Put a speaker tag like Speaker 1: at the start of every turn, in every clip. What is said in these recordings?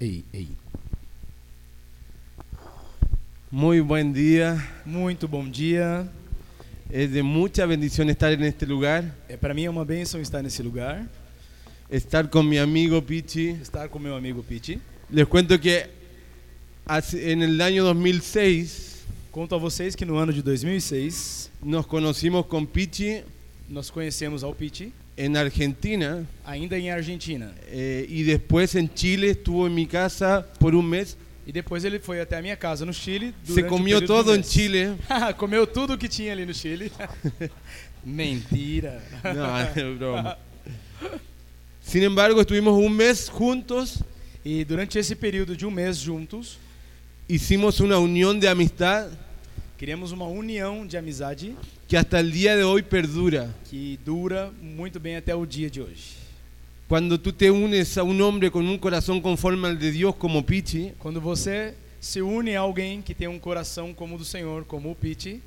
Speaker 1: Ei, ei.
Speaker 2: Muy buen día.
Speaker 3: Muito bom dia.
Speaker 2: Es de mucha bendición estar en este lugar,
Speaker 3: É, para mim é uma bênção estar nesse lugar,
Speaker 2: estar con mi amigo Pichi.
Speaker 3: estar com meu amigo Pete.
Speaker 2: Les cuento que hace- en el año 2006
Speaker 3: Conto a vocês que no ano de 2006
Speaker 2: nos conocimos con Pichi
Speaker 3: nós conhecemos ao Pete,
Speaker 2: en Argentina
Speaker 3: ainda em Argentina.
Speaker 2: eh, y después en Chile estuvo en mi casa por un mes.
Speaker 3: E depois ele foi até a minha casa no Chile.
Speaker 2: Se
Speaker 3: durante o
Speaker 2: comió
Speaker 3: período de um
Speaker 2: todo en
Speaker 3: mês.
Speaker 2: Chile.
Speaker 3: Comeu tudo que tinha ali no Chile. Mentira.
Speaker 2: No, es broma. Sin embargo, estuvimos un mes juntos,
Speaker 3: E durante esse período de um mês juntos,
Speaker 2: hicimos una unión de amistad
Speaker 3: criamos uma união de amizade
Speaker 2: que hasta el día de hoy perdura.
Speaker 3: que dura muito bem até o dia de hoje.
Speaker 2: Cuando tú te unes a un hombre con un corazón conforme al de Dios como Pichi,
Speaker 3: Quando você se une a alguém que tem um coração como o do Senhor, como o Pete,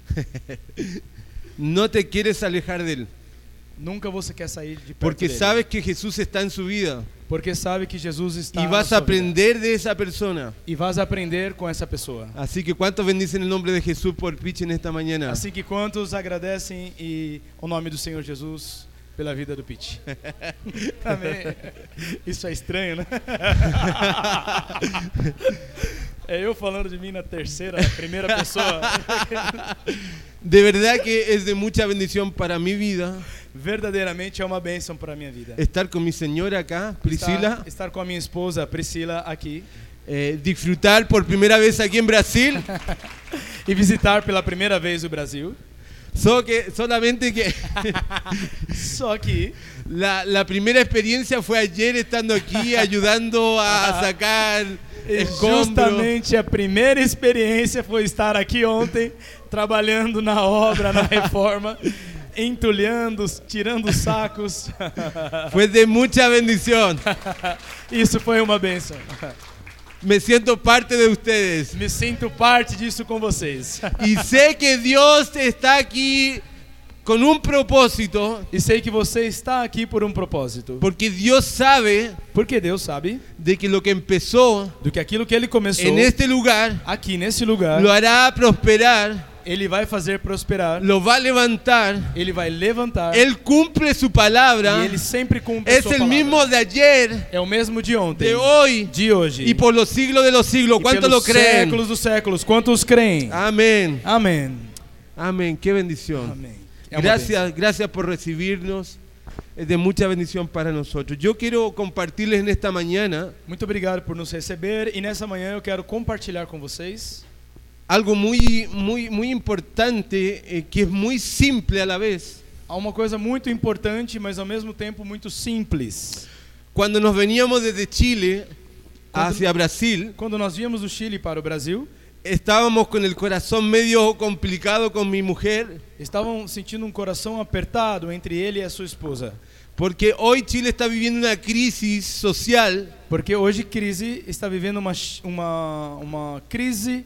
Speaker 2: no te quieres alejar de él,
Speaker 3: nunca você quer sair de perto
Speaker 2: porque
Speaker 3: dele.
Speaker 2: sabes que Jesús está en su vida
Speaker 3: porque sabe que Jesus está
Speaker 2: y
Speaker 3: na
Speaker 2: vas a
Speaker 3: sua vida.
Speaker 2: aprender de esa persona.
Speaker 3: e vas aprender com essa pessoa.
Speaker 2: Así que ¿cuántos bendicen el nombre de Jesús por Pichi en esta mañana?
Speaker 3: Assim que quantos agradecem e o nome do Senhor Jesus pela vida do Pete. Amém. Isso é estranho, né? É eu falando de mim na terceira, na primeira pessoa.
Speaker 2: De verdad que es de mucha bendición para mi vida
Speaker 3: Verdadeiramente é uma bênção para minha vida.
Speaker 2: estar con mi señora acá, Priscila.
Speaker 3: Estar, estar com a minha esposa Priscila aqui
Speaker 2: Eh, disfrutar por primera vez aquí en Brasil.
Speaker 3: e visitar pela primeira vez o Brasil.
Speaker 2: So que, solamente que
Speaker 3: Só que
Speaker 2: la, la primera experiencia fue ayer estando aquí ayudando a sacar escombros.
Speaker 3: Eh, justamente a primeira experiência foi estar aqui ontem trabalhando na obra, na reforma, entulhando, tirando os sacos.
Speaker 2: Fue de mucha bendición.
Speaker 3: Isso foi uma benção.
Speaker 2: Me siento parte de ustedes.
Speaker 3: Me sinto parte disso com vocês.
Speaker 2: Y sé que Dios está aquí con un propósito,
Speaker 3: E sei que você está aqui por um propósito.
Speaker 2: porque Dios sabe
Speaker 3: Porque Deus sabe
Speaker 2: de que lo que empezó
Speaker 3: do que aquilo que ele começou
Speaker 2: en este lugar
Speaker 3: aqui nesse lugar,
Speaker 2: lo hará prosperar,
Speaker 3: ele vai fazer prosperar.
Speaker 2: lo va a levantar.
Speaker 3: Ele vai levantar.
Speaker 2: Él cumple su
Speaker 3: e
Speaker 2: palabra.
Speaker 3: ele sempre cumpre a
Speaker 2: Es
Speaker 3: sua
Speaker 2: el
Speaker 3: palavra.
Speaker 2: mismo de ayer,
Speaker 3: É o mesmo de ontem.
Speaker 2: de hoy
Speaker 3: de hoje.
Speaker 2: y por los siglos de los siglos.
Speaker 3: E
Speaker 2: ¿Cuántos lo Ah.
Speaker 3: pelos
Speaker 2: creen?
Speaker 3: séculos dos séculos. Quantos creem?
Speaker 2: Amén.
Speaker 3: Amém.
Speaker 2: Amén. Qué bendición.
Speaker 3: Amém. É uma
Speaker 2: Gracias, gracias por recibirnos. Es de mucha bendición para nosotros. Yo quiero compartirles en esta mañana
Speaker 3: bênção. Muito obrigado por nos receber e nessa manhã eu quero compartilhar com vocês
Speaker 2: algo muy, muy, muy importante eh, que es muy simple a la vez.
Speaker 3: há uma coisa muito importante, mas ao mesmo tempo muito simples.
Speaker 2: Cuando nos veníamos desde Chile
Speaker 3: Cuando-
Speaker 2: hacia Brasil,
Speaker 3: Quando nós viemos do Chile para o Brasil,
Speaker 2: estábamos con el corazón medio complicado con mi mujer.
Speaker 3: estavam sentindo um coração apertado entre ele e a sua esposa,
Speaker 2: Porque hoy Chile está viviendo una crisis social
Speaker 3: porque hoje crise está vivendo uma ch- uma uma crise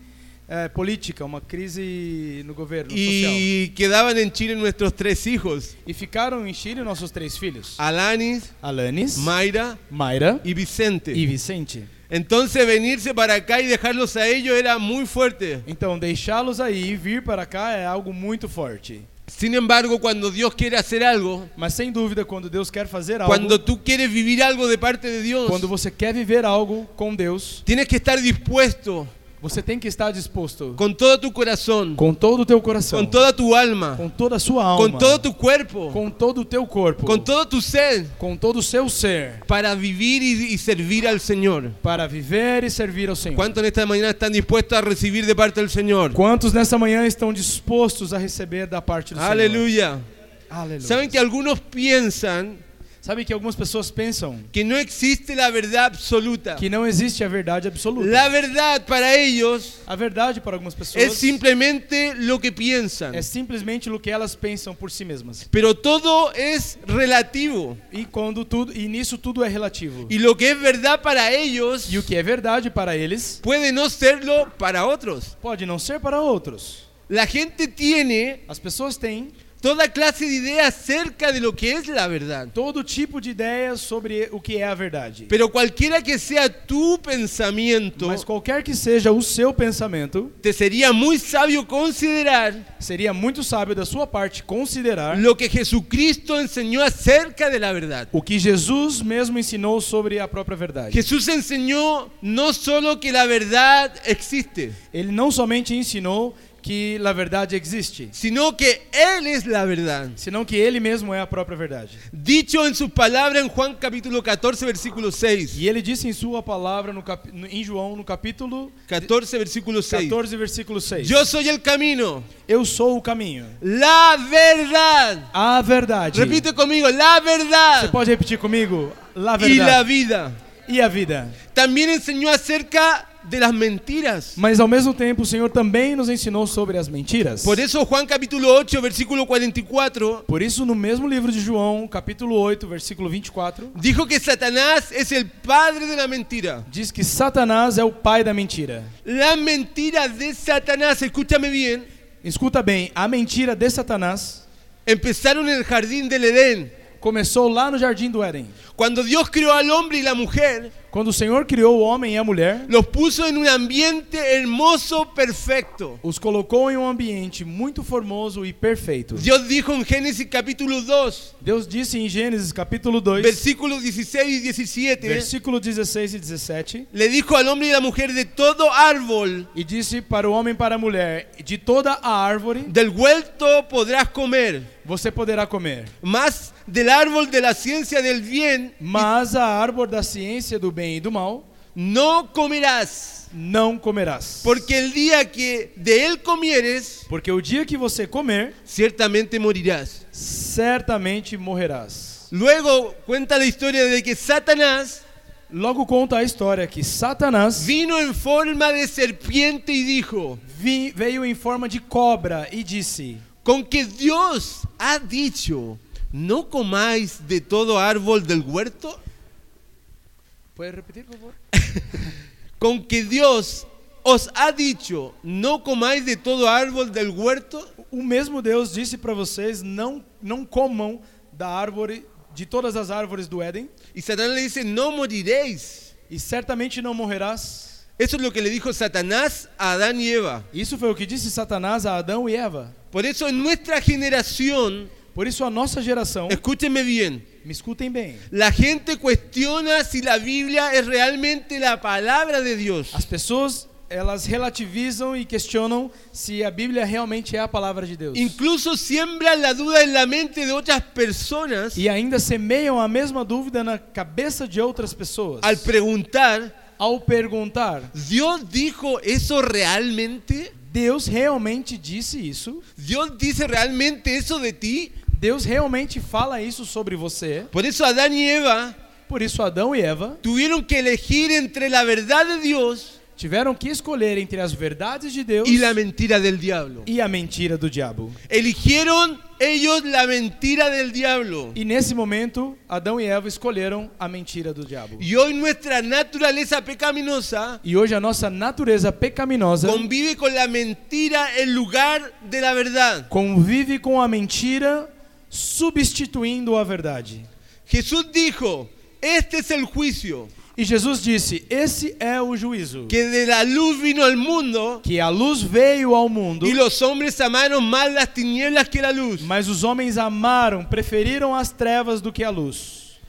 Speaker 3: eh, política, uma crise no governo social.
Speaker 2: y quedaban en Chile nuestros tres hijos,
Speaker 3: E ficaram em Chile nossos três filhos.
Speaker 2: Alanis,
Speaker 3: Alanis,
Speaker 2: Mayra
Speaker 3: Mayra
Speaker 2: y Vicente.
Speaker 3: e Vicente.
Speaker 2: Entonces venirse para acá y dejarlos a ellos era muy fuerte.
Speaker 3: Então, deixá-los aí e vir para cá é algo muito forte.
Speaker 2: Sin embargo, cuando Dios quiere hacer algo,
Speaker 3: Mas sem dúvida, quando Deus quer fazer algo,
Speaker 2: cuando tú quieres vivir algo de parte de Dios,
Speaker 3: quando você quer viver algo com Deus,
Speaker 2: tienes que estar dispuesto
Speaker 3: você tem que estar disposto
Speaker 2: con todo tu corazón,
Speaker 3: com todo o teu coração,
Speaker 2: con toda tu alma,
Speaker 3: com toda a sua alma,
Speaker 2: con todo tu cuerpo,
Speaker 3: com todo o teu corpo,
Speaker 2: con todo tu ser,
Speaker 3: com todo o seu ser,
Speaker 2: para vivir y- y servir al Señor.
Speaker 3: para viver e servir ao Senhor.
Speaker 2: ¿Cuántos en esta mañana están dispuestos a recibir de parte del Señor?
Speaker 3: Quantos nessa manhã estão dispostos a receber da parte do Senhor?
Speaker 2: Aleluya.
Speaker 3: Aleluia.
Speaker 2: Saben que algunos piensan
Speaker 3: Sabe que algumas pessoas pensam
Speaker 2: que no existe la verdad absoluta.
Speaker 3: que não existe a verdade absoluta.
Speaker 2: La É verdad para ellos
Speaker 3: A verdade para algumas pessoas
Speaker 2: es simplemente lo que piensan.
Speaker 3: é simplesmente o que elas pensam por si mesmas.
Speaker 2: Pero todo es relativo.
Speaker 3: E quando tudo e nisso tudo é relativo.
Speaker 2: Y lo que es verdad para ellos
Speaker 3: E o que é verdade para eles
Speaker 2: puede no serlo para otros.
Speaker 3: pode não ser para outros.
Speaker 2: La gente tiene
Speaker 3: As pessoas têm
Speaker 2: toda clase de ideas acerca de lo que es la verdad.
Speaker 3: Todo tipo de ideia sobre o que é a verdade.
Speaker 2: Pero cualquiera que sea tu pensamiento,
Speaker 3: Mas qualquer que seja o seu pensamento,
Speaker 2: te sería muy sabio considerar
Speaker 3: seria muito sábio da sua parte considerar
Speaker 2: lo que Jesucristo enseñó acerca de la verdad.
Speaker 3: o que Jesus mesmo ensinou sobre a própria verdade.
Speaker 2: Jesús enseñó no solo que la verdad existe,
Speaker 3: Ele não somente ensinou que a verdade existe,
Speaker 2: sino que Él es la verdad.
Speaker 3: senão que ele mesmo é a própria verdade.
Speaker 2: Dicho en sus palabras en Juan capítulo 14, versículo 6.
Speaker 3: E ele disse em sua palavra no cap... no- em João, no capítulo
Speaker 2: 14, versículo 6.
Speaker 3: 14, versículo 6.
Speaker 2: Yo soy el camino,
Speaker 3: Eu sou o caminho,
Speaker 2: la verdad.
Speaker 3: a verdade.
Speaker 2: Repite conmigo, la
Speaker 3: Você
Speaker 2: verdad
Speaker 3: pode repetir comigo? A
Speaker 2: y la
Speaker 3: verdade
Speaker 2: vida.
Speaker 3: e a vida.
Speaker 2: También enseñó acerca de las mentiras.
Speaker 3: Mas ao mesmo tempo, o Senhor também nos ensinou sobre as mentiras.
Speaker 2: Por eso Juan capítulo 8, versículo 44,
Speaker 3: Por isso, no mesmo livro de João, capítulo 8, versículo 24,
Speaker 2: dijo que Satanás es el padre de la mentira.
Speaker 3: diz que Satanás é o pai da mentira.
Speaker 2: La mentira de Satanás, escúchame bien,
Speaker 3: Escuta bem, a mentira de Satanás
Speaker 2: empezaron en el jardín del Edén,
Speaker 3: começou lá no jardim do Éden.
Speaker 2: cuando Dios crió al hombre y la mujer.
Speaker 3: Quando o Senhor criou o homem e a mulher,
Speaker 2: Los puso en un ambiente hermoso, perfecto.
Speaker 3: os colocou em um ambiente muito formoso e perfeito.
Speaker 2: Dios dijo en Génesis capítulo 2,
Speaker 3: Deus disse em Gênesis capítulo 2,
Speaker 2: versículos 16 y 17,
Speaker 3: versículo 16 e 17,
Speaker 2: le dijo al hombre y la mujer de todo árbol
Speaker 3: e disse para o homem e para a mulher: De toda a árvore
Speaker 2: del huerto podrás comer,
Speaker 3: você poderá comer,
Speaker 2: más del árbol de la ciencia del bien
Speaker 3: mas a árvore da ciência do bem e do mal
Speaker 2: no comerás,
Speaker 3: não comerás.
Speaker 2: porque el día que de él comieres,
Speaker 3: Porque o dia que você comer,
Speaker 2: ciertamente morirás.
Speaker 3: certamente morrerás.
Speaker 2: Luego cuenta la historia de que Satanás
Speaker 3: Logo conta a história que Satanás
Speaker 2: vino en forma de serpiente y dijo,
Speaker 3: vi- veio em forma de cobra e disse:
Speaker 2: con que Dios ha dicho, no comáis de todo árbol del huerto,
Speaker 3: Pode repetir, por favor?
Speaker 2: con que Dios os ha dicho, no comáis de todo árbol del huerto,
Speaker 3: O mesmo Deus disse para vocês: não, não comam da árvore, de todas as árvores do Éden,
Speaker 2: y Satanás le dice, no moriréis.
Speaker 3: e certamente não morrerás.
Speaker 2: Eso es lo que le dijo Satanás a Adán y Eva.
Speaker 3: Isso foi o que disse Satanás a Adão e Eva.
Speaker 2: Por eso en nuestra generación,
Speaker 3: Por isso, a nossa geração,
Speaker 2: escúchenme bien,
Speaker 3: me escutem bem,
Speaker 2: la gente cuestiona si la Biblia es realmente la palabra de Dios.
Speaker 3: as pessoas elas relativizam e questionam se a Bíblia realmente é a palavra de Deus.
Speaker 2: Incluso siembran la duda en la mente de otras personas
Speaker 3: E ainda semeiam a mesma dúvida na cabeça de outras pessoas.
Speaker 2: al preguntar,
Speaker 3: Ao perguntar,
Speaker 2: ¿Dios dijo eso realmente?
Speaker 3: Deus realmente disse isso?
Speaker 2: ¿Dios dice realmente eso de ti?
Speaker 3: Deus realmente fala isso sobre você?
Speaker 2: Por eso Adán y Eva
Speaker 3: Por isso, Adão e Eva
Speaker 2: tuvieron que elegir entre la verdad de Dios
Speaker 3: tiveram que escolher entre as verdades de Deus
Speaker 2: y la mentira del diablo.
Speaker 3: e a mentira do diabo.
Speaker 2: Eligieron ellos la mentira del diablo.
Speaker 3: E nesse momento, Adão e Eva escolheram a mentira do diabo.
Speaker 2: Y hoy nuestra naturaleza pecaminosa
Speaker 3: E hoje a nossa natureza pecaminosa
Speaker 2: convive con la mentira en lugar de la verdad.
Speaker 3: convive com a mentira, substituindo a verdade.
Speaker 2: Jesús dijo, este es el juicio,
Speaker 3: E Jesus disse: Esse é o juízo.
Speaker 2: que de la luz vino al mundo
Speaker 3: que a luz veio ao mundo,
Speaker 2: y los hombres amaron más las tinieblas que la luz,
Speaker 3: mas os homens amaram, preferiram as trevas do que a luz.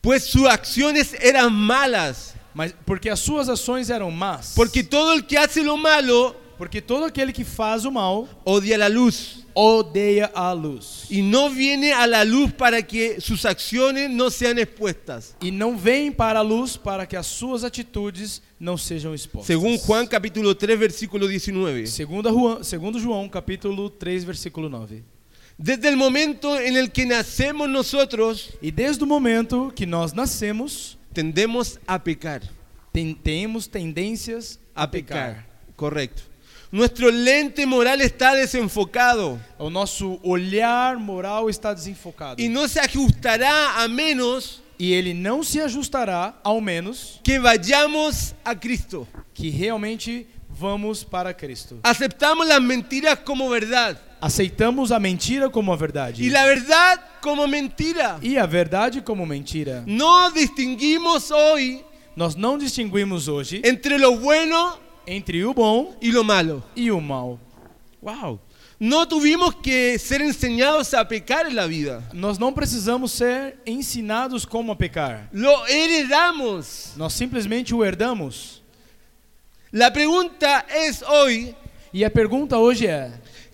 Speaker 2: pues sus acciones eran malas.
Speaker 3: Mas porque as suas ações eram más.
Speaker 2: Porque todo el que hace lo malo
Speaker 3: porque todo aquele que faz o mal
Speaker 2: odia la luz
Speaker 3: odeia a luz
Speaker 2: y no viene a la luz para que sus acciones no sean expuestas.
Speaker 3: e não vem para a luz para que as suas atitudes não sejam expostas.
Speaker 2: Según Juan capítulo 3 versículo 19.
Speaker 3: Segunda Juan, segundo João, capítulo 3, versículo 9.
Speaker 2: Desde el momento en el que nacemos nosotros
Speaker 3: E desde o momento que nós nascemos,
Speaker 2: tendemos a pecar,
Speaker 3: ten- temos tendências
Speaker 2: a pecar, correcto. Nuestro lente moral está desenfocado
Speaker 3: O nosso olhar moral está desenfocado.
Speaker 2: y no se ajustará a menos
Speaker 3: E ele não se ajustará, ao menos,
Speaker 2: que vayamos a Cristo.
Speaker 3: que realmente vamos para Cristo.
Speaker 2: Aceptamos las mentiras como verdad
Speaker 3: Aceitamos a mentira como a verdade.
Speaker 2: y la verdad como mentira.
Speaker 3: E a verdade como mentira.
Speaker 2: No distinguimos hoy
Speaker 3: Nós não distinguimos hoje
Speaker 2: entre lo bueno
Speaker 3: entre o bom
Speaker 2: y lo malo.
Speaker 3: e o mal.
Speaker 2: Wow. No tuvimos que ser enseñados a pecar en la vida.
Speaker 3: Nós não precisamos ser ensinados como a pecar.
Speaker 2: Lo heredamos.
Speaker 3: Nós simplesmente o herdamos.
Speaker 2: La pregunta es hoy,
Speaker 3: E a pergunta hoje é: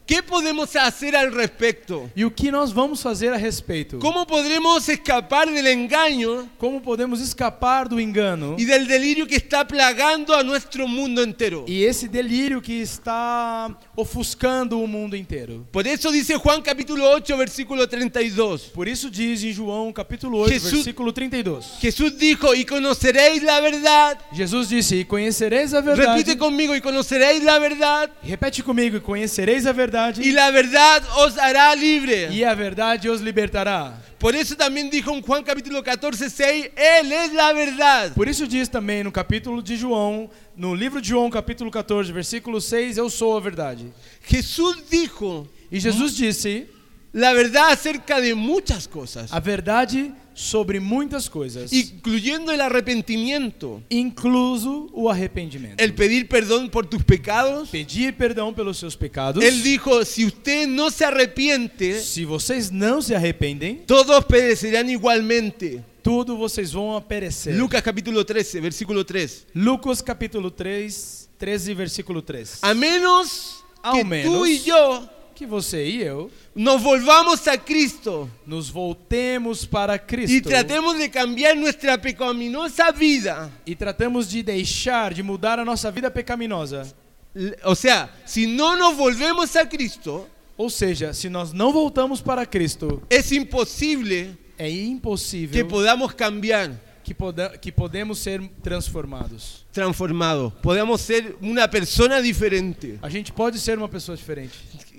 Speaker 2: ¿qué podemos hacer al respecto?
Speaker 3: e o que nós vamos fazer a respeito?
Speaker 2: ¿Cómo podremos escapar del engaño
Speaker 3: Como podemos escapar do engano
Speaker 2: y del delirio que está plagando a nuestro mundo entero?
Speaker 3: e esse delírio que está ofuscando o mundo inteiro?
Speaker 2: Por eso dice Juan capítulo 8, versículo 32.
Speaker 3: Por isso diz em João capítulo 8,
Speaker 2: Jesus-
Speaker 3: versículo 32.
Speaker 2: Jesús dijo, y conoceréis la verdad.
Speaker 3: Jesus disse: "E conhecereis a verdade".
Speaker 2: Repite conmigo, y conoceréis la verdad.
Speaker 3: Repete comigo: "E conhecereis a verdade".
Speaker 2: Y la verdad os hará libre.
Speaker 3: E a verdade os libertará.
Speaker 2: Por eso también dijo en Juan capítulo 14, 6, Él es la verdad.
Speaker 3: Por isso diz também no capítulo de João, no livro de João, capítulo 14, versículo 6, eu sou a verdade.
Speaker 2: Jesús dijo
Speaker 3: E Jesus disse
Speaker 2: la verdad acerca de muchas cosas,
Speaker 3: a verdade sobre muitas coisas,
Speaker 2: incluyendo el arrepentimiento,
Speaker 3: incluso o arrependimento.
Speaker 2: el pedir perdón por tus pecados.
Speaker 3: Pedir perdão pelos seus pecados.
Speaker 2: Él dijo, si usted no se arrepiente,
Speaker 3: Se vocês não se arrependem,
Speaker 2: todos perecerán igualmente.
Speaker 3: tudo vocês vão perecer.
Speaker 2: Lucas capítulo 13, versículo 3.
Speaker 3: Lucas capítulo 3, 13, versículo 3.
Speaker 2: A menos
Speaker 3: Ao
Speaker 2: que tú
Speaker 3: menos.
Speaker 2: y yo
Speaker 3: Que você e eu
Speaker 2: nos volvamos a Cristo
Speaker 3: nos voltemos para
Speaker 2: y
Speaker 3: Cristo.
Speaker 2: tratemos de cambiar nuestra pecaminosa vida.
Speaker 3: e tratamos de deixar, de mudar a nossa vida pecaminosa.
Speaker 2: L- O sea, si no nos volvemos a Cristo,
Speaker 3: Ou seja, se nós não voltamos para Cristo,
Speaker 2: es imposible
Speaker 3: é
Speaker 2: que
Speaker 3: impossível
Speaker 2: podamos cambiar,
Speaker 3: que, poda- que podemos ser transformados.
Speaker 2: transformados, podamos ser una persona diferente.
Speaker 3: A gente pode ser uma pessoa diferente.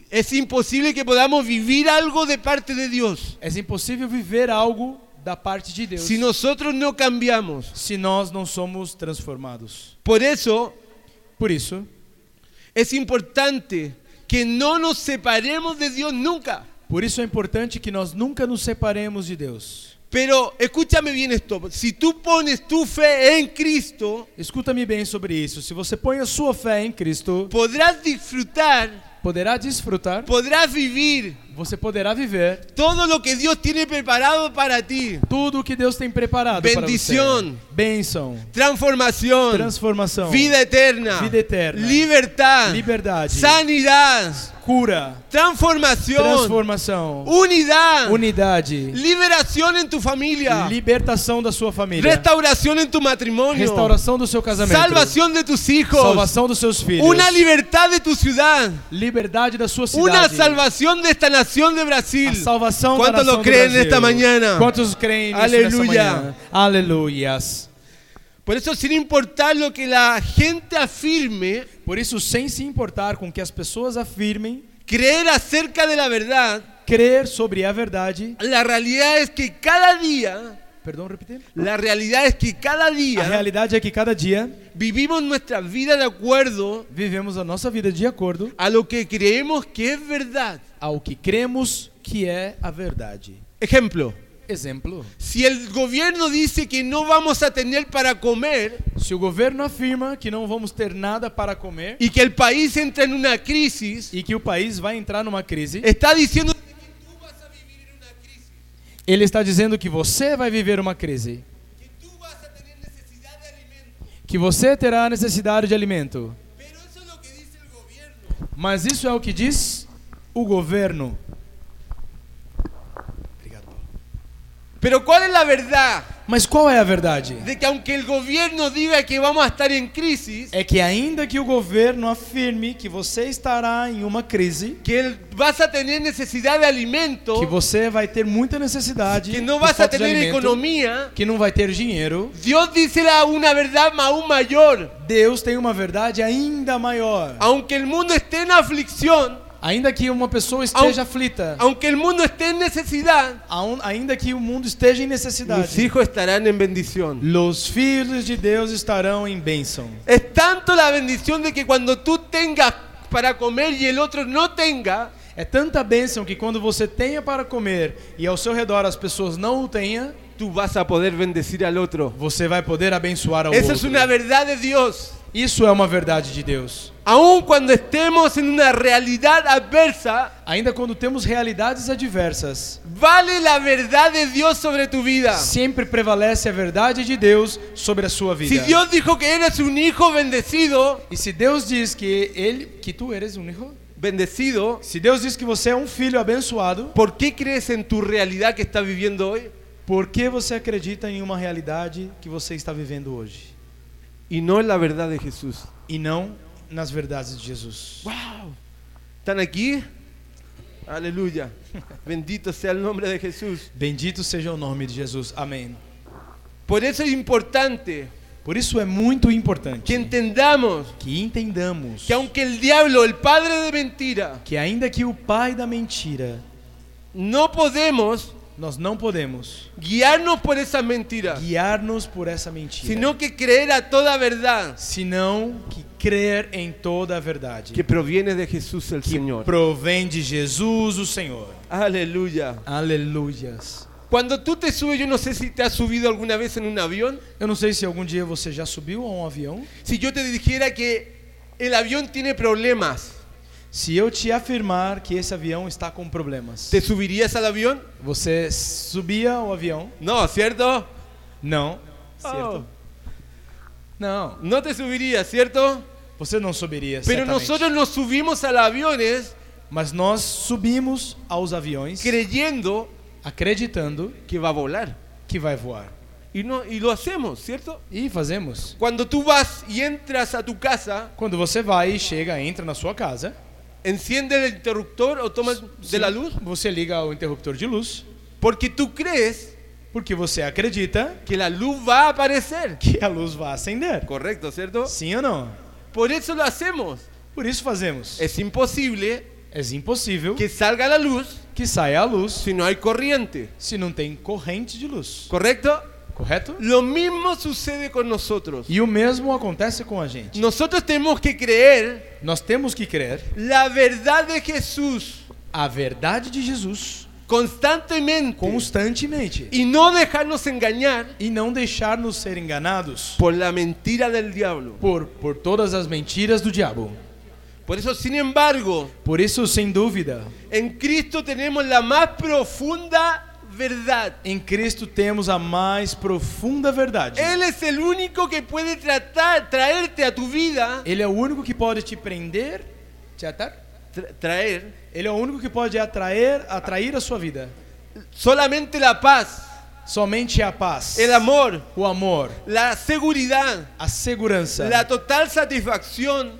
Speaker 2: Es imposible que podamos vivir algo de parte de Dios
Speaker 3: É impossível viver algo da parte de Deus
Speaker 2: si nosotros no cambiamos.
Speaker 3: se nós não somos transformados.
Speaker 2: Por eso
Speaker 3: Por isso,
Speaker 2: es importante que no nos separemos de Dios nunca.
Speaker 3: por isso é importante que nós nunca nos separemos de Deus.
Speaker 2: Pero escúchame bien esto, si tú pones tu fe en Cristo,
Speaker 3: Escuta-me bem sobre isso. Se você põe a sua fé em Cristo,
Speaker 2: podrás disfrutar,
Speaker 3: poderá desfrutar,
Speaker 2: podrás vivir
Speaker 3: você poderá viver
Speaker 2: todo lo que Dios tiene preparado para ti.
Speaker 3: Tudo o que Deus tem preparado para
Speaker 2: Bendición.
Speaker 3: você. Bênção.
Speaker 2: Transformación,
Speaker 3: Transformação.
Speaker 2: vida eterna,
Speaker 3: Vida eterna.
Speaker 2: libertad,
Speaker 3: Liberdade.
Speaker 2: sanidad,
Speaker 3: Cura.
Speaker 2: transformación,
Speaker 3: Transformação.
Speaker 2: unidad,
Speaker 3: Unidade.
Speaker 2: liberación en tu familia,
Speaker 3: Libertação da sua família.
Speaker 2: restauração em tu matrimônio,
Speaker 3: Restauração do seu casamento.
Speaker 2: salvação de tus hijos,
Speaker 3: Salvação dos seus filhos.
Speaker 2: una libertad de tu ciudad,
Speaker 3: Liberdade da sua cidade.
Speaker 2: una salvación de esta nación de
Speaker 3: A
Speaker 2: Brasil.
Speaker 3: salvação da
Speaker 2: ¿Cuántos lo
Speaker 3: nação do
Speaker 2: creen
Speaker 3: Brasil.
Speaker 2: esta mañana?
Speaker 3: Quantos creem nisso
Speaker 2: Aleluia.
Speaker 3: nessa manhã? Aleluias.
Speaker 2: Por eso, sin importar lo que la gente afirme,
Speaker 3: Por isso, sem se importar com o que as pessoas afirmem,
Speaker 2: creer acerca de la verdad,
Speaker 3: crer sobre a verdade.
Speaker 2: la realidad es que cada día,
Speaker 3: Perdão, repetir?
Speaker 2: la realidad es que cada
Speaker 3: A
Speaker 2: día
Speaker 3: realidade é que cada dia
Speaker 2: vivimos nuestra vida de acuerdo
Speaker 3: vivemos a nossa vida de acordo
Speaker 2: a lo que creemos que es verdad.
Speaker 3: ao que cremos que é a verdade.
Speaker 2: Ejemplo,
Speaker 3: Exemplo:
Speaker 2: si el gobierno dice que no vamos a tener para comer
Speaker 3: se o governo afirma que não vamos ter nada para comer
Speaker 2: y que el país entra en una crisis,
Speaker 3: e que o país vai entrar numa crise,
Speaker 2: está diciendo
Speaker 3: ele está dizendo que você vai viver uma crise,
Speaker 2: que tú vas a tener necesidad de alimento.
Speaker 3: que você terá necessidade de alimento.
Speaker 2: Pero eso es lo que dice el gobierno.
Speaker 3: Mas isso é o que diz o governo.
Speaker 2: Pero ¿cuál es la verdad?
Speaker 3: Mas qual é a verdade?
Speaker 2: De que aunque el gobierno diga que vamos a estar en crisis,
Speaker 3: É que ainda que o governo afirme que você estará em uma crise,
Speaker 2: que el- vas a tener necesidad de alimento,
Speaker 3: que você vai ter muita necessidade,
Speaker 2: que no
Speaker 3: por
Speaker 2: vas a
Speaker 3: falta de
Speaker 2: tener
Speaker 3: alimento,
Speaker 2: economía,
Speaker 3: que não vai ter dinheiro,
Speaker 2: Dios dice la- una verdad ma- aún mayor.
Speaker 3: Deus tem uma verdade ainda maior.
Speaker 2: Aunque el mundo esté en aflicción,
Speaker 3: Ainda que uma pessoa esteja
Speaker 2: Ao-
Speaker 3: aflita,
Speaker 2: aunque el mundo esté en necesidad,
Speaker 3: aun- ainda que o mundo esteja em
Speaker 2: mis
Speaker 3: necessidade,
Speaker 2: hijos estarán en bendición.
Speaker 3: os filhos de Deus estarão em bênção.
Speaker 2: Es tanto la bendición de que cuando tú tengas para comer y el otro no tenga,
Speaker 3: É tanta bênção que quando você tenha para comer e ao seu redor as pessoas não o tenham,
Speaker 2: tú vas a poder bendecir al otro.
Speaker 3: você vai poder abençoar ao
Speaker 2: Esa es
Speaker 3: outro.
Speaker 2: una verdad de Dios.
Speaker 3: Isso é uma verdade de Deus.
Speaker 2: Aun cuando estemos en una realidad adversa,
Speaker 3: Ainda quando temos realidades adversas,
Speaker 2: vale la verdad de Dios sobre tu vida.
Speaker 3: sempre prevalece a verdade de Deus sobre a sua vida.
Speaker 2: Si Dios dijo que eres un hijo bendecido,
Speaker 3: E se Deus diz que ele, que tu eres um hijo,
Speaker 2: bendecido,
Speaker 3: se Deus diz que você é um filho abençoado,
Speaker 2: ¿por qué crees en tu realidad que estás viviendo hoy
Speaker 3: por que você acredita em uma realidade que você está vivendo hoje
Speaker 2: y no en la verdad de Jesús?
Speaker 3: e não nas verdades de Jesus?
Speaker 2: ¡Wow! ¿Están aquí? Aleluya. Bendito sea el nombre de Jesús.
Speaker 3: Bendito seja o nome de Jesus. Amém.
Speaker 2: Por eso es importante
Speaker 3: Por isso é muito importante
Speaker 2: que entendamos
Speaker 3: que entendamos
Speaker 2: que é um- aunque el diablo, el padre de mentira,
Speaker 3: que ainda que o pai da mentira,
Speaker 2: no podemos
Speaker 3: nós não podemos
Speaker 2: guiarnos por esas mentiras,
Speaker 3: guiar-nos por essa mentira,
Speaker 2: sino que creer a toda verdad
Speaker 3: senão que crer em toda a verdade
Speaker 2: que proviene de Jesús el
Speaker 3: que
Speaker 2: Señor.
Speaker 3: provém de Jesus, o Senhor.
Speaker 2: Aleluya.
Speaker 3: Aleluias.
Speaker 2: Cuando tú te subes, yo no sé si te has subido alguna vez en un avión,
Speaker 3: Eu não sei se algum dia você já subiu a um avião.
Speaker 2: si yo te dijera que el avión tiene problemas,
Speaker 3: Se eu te afirmar que esse avião está com problemas,
Speaker 2: ¿te subirías al avião?
Speaker 3: você subia o avião?
Speaker 2: No, ¿cierto?
Speaker 3: Não.
Speaker 2: Oh.
Speaker 3: Certo. Não.
Speaker 2: No te subirías, ¿cierto?
Speaker 3: Você não subiria.
Speaker 2: Pero
Speaker 3: certamente.
Speaker 2: nosotros nos subimos a los aviones
Speaker 3: Mas nós subimos aos aviões
Speaker 2: creyendo
Speaker 3: acreditando
Speaker 2: que va a volar.
Speaker 3: que vai voar.
Speaker 2: Y, no, y lo hacemos, ¿cierto?
Speaker 3: E fazemos.
Speaker 2: Cuando tú vas y entras a tu casa,
Speaker 3: Quando você vai e chega, entra na sua casa,
Speaker 2: enciende el interruptor o tomas de la luz,
Speaker 3: você liga o interruptor de luz,
Speaker 2: porque tú crees
Speaker 3: porque você acredita
Speaker 2: que la luz va a aparecer.
Speaker 3: que a luz vai acender.
Speaker 2: Correcto, ¿cierto?
Speaker 3: Sim ou não?
Speaker 2: Por eso lo hacemos.
Speaker 3: Por isso fazemos.
Speaker 2: Es imposible
Speaker 3: É impossível
Speaker 2: que salga la luz
Speaker 3: que saia a luz
Speaker 2: si no hay corriente.
Speaker 3: se não tem corrente de luz.
Speaker 2: ¿Correcto?
Speaker 3: Correto?
Speaker 2: Lo mismo sucede con nosotros.
Speaker 3: E o mesmo acontece com a gente.
Speaker 2: Nosotros tenemos que creer
Speaker 3: Nós temos que crer
Speaker 2: la verdad de Jesús
Speaker 3: a verdade de Jesus
Speaker 2: constantemente
Speaker 3: constantemente
Speaker 2: y no dejarnos engañar
Speaker 3: e não deixar-nos ser enganados
Speaker 2: por la mentira del diablo.
Speaker 3: por, por todas as mentiras do diabo.
Speaker 2: Por eso, sin embargo,
Speaker 3: Por isso, sem dúvida,
Speaker 2: en Cristo tenemos la más profunda verdad.
Speaker 3: em Cristo temos a mais profunda verdade.
Speaker 2: Él es el único que puede tratar, traerte a tu vida,
Speaker 3: Ele é o único que pode te prender, te atar.
Speaker 2: tra- traer
Speaker 3: Ele é o único que pode atrair, atrair a sua vida.
Speaker 2: solamente la paz,
Speaker 3: Somente a paz,
Speaker 2: el amor,
Speaker 3: o amor,
Speaker 2: la seguridad,
Speaker 3: a segurança,
Speaker 2: la total satisfacción,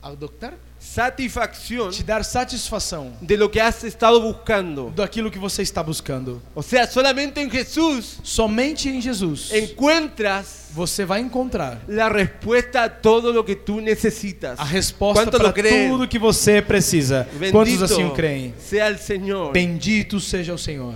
Speaker 3: a doctor,
Speaker 2: satisfacción
Speaker 3: te dar satisfação
Speaker 2: de lo que has estado buscando.
Speaker 3: daquilo que você está buscando.
Speaker 2: O sea, solamente en Jesús
Speaker 3: Somente em Jesus
Speaker 2: encuentras
Speaker 3: você vai encontrar
Speaker 2: la respuesta a todo lo que tú necesitas.
Speaker 3: a resposta
Speaker 2: ¿Cuánto
Speaker 3: para
Speaker 2: lo creen?
Speaker 3: tudo que você precisa. Quantos
Speaker 2: Bendito
Speaker 3: assim o creem?
Speaker 2: sea el Señor.
Speaker 3: Bendito seja o Senhor.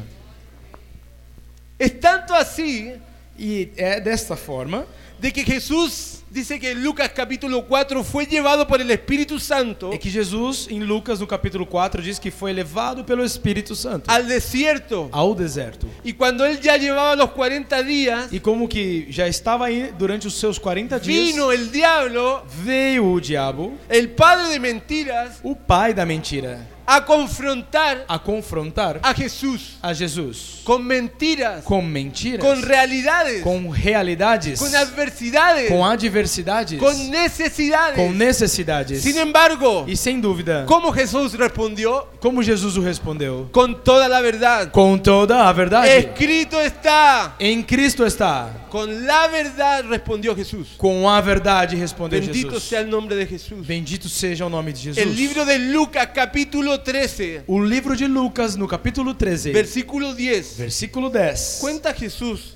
Speaker 2: Es tanto así
Speaker 3: E é desta forma
Speaker 2: de que Jesús dice que en Lucas capítulo 4 fue llevado por el Espíritu Santo
Speaker 3: é que Jesus, em Lucas, no capítulo 4, diz que foi levado pelo Espírito Santo
Speaker 2: al desierto.
Speaker 3: ao deserto.
Speaker 2: Y cuando él ya llevaba los 40 días,
Speaker 3: E como que já estava aí durante os seus 40 dias,
Speaker 2: vino el diablo,
Speaker 3: veio o diabo,
Speaker 2: el padre de mentiras,
Speaker 3: o pai da mentira,
Speaker 2: a confrontar
Speaker 3: a confrontar
Speaker 2: a Jesús
Speaker 3: a Jesus
Speaker 2: con mentiras,
Speaker 3: com mentiras,
Speaker 2: con realidades,
Speaker 3: com realidades,
Speaker 2: con adversidades,
Speaker 3: com adversidades,
Speaker 2: con
Speaker 3: com
Speaker 2: necesidades.
Speaker 3: necessidades.
Speaker 2: Sin embargo,
Speaker 3: E sem dúvida,
Speaker 2: ¿cómo Jesús respondió?
Speaker 3: como Jesus o respondeu?
Speaker 2: Con toda la verdad.
Speaker 3: Com toda a verdade.
Speaker 2: Escrito está.
Speaker 3: Em Cristo está.
Speaker 2: Con la verdad respondió Jesús.
Speaker 3: Com a verdade respondeu
Speaker 2: Bendito
Speaker 3: Jesus.
Speaker 2: sea el nombre de Jesús.
Speaker 3: Bendito seja o nome de Jesus.
Speaker 2: El libro de Lucas capítulo 13,
Speaker 3: O livro de Lucas, no capítulo 13,
Speaker 2: versículo 10.
Speaker 3: versículo 10,
Speaker 2: Cuenta Jesús.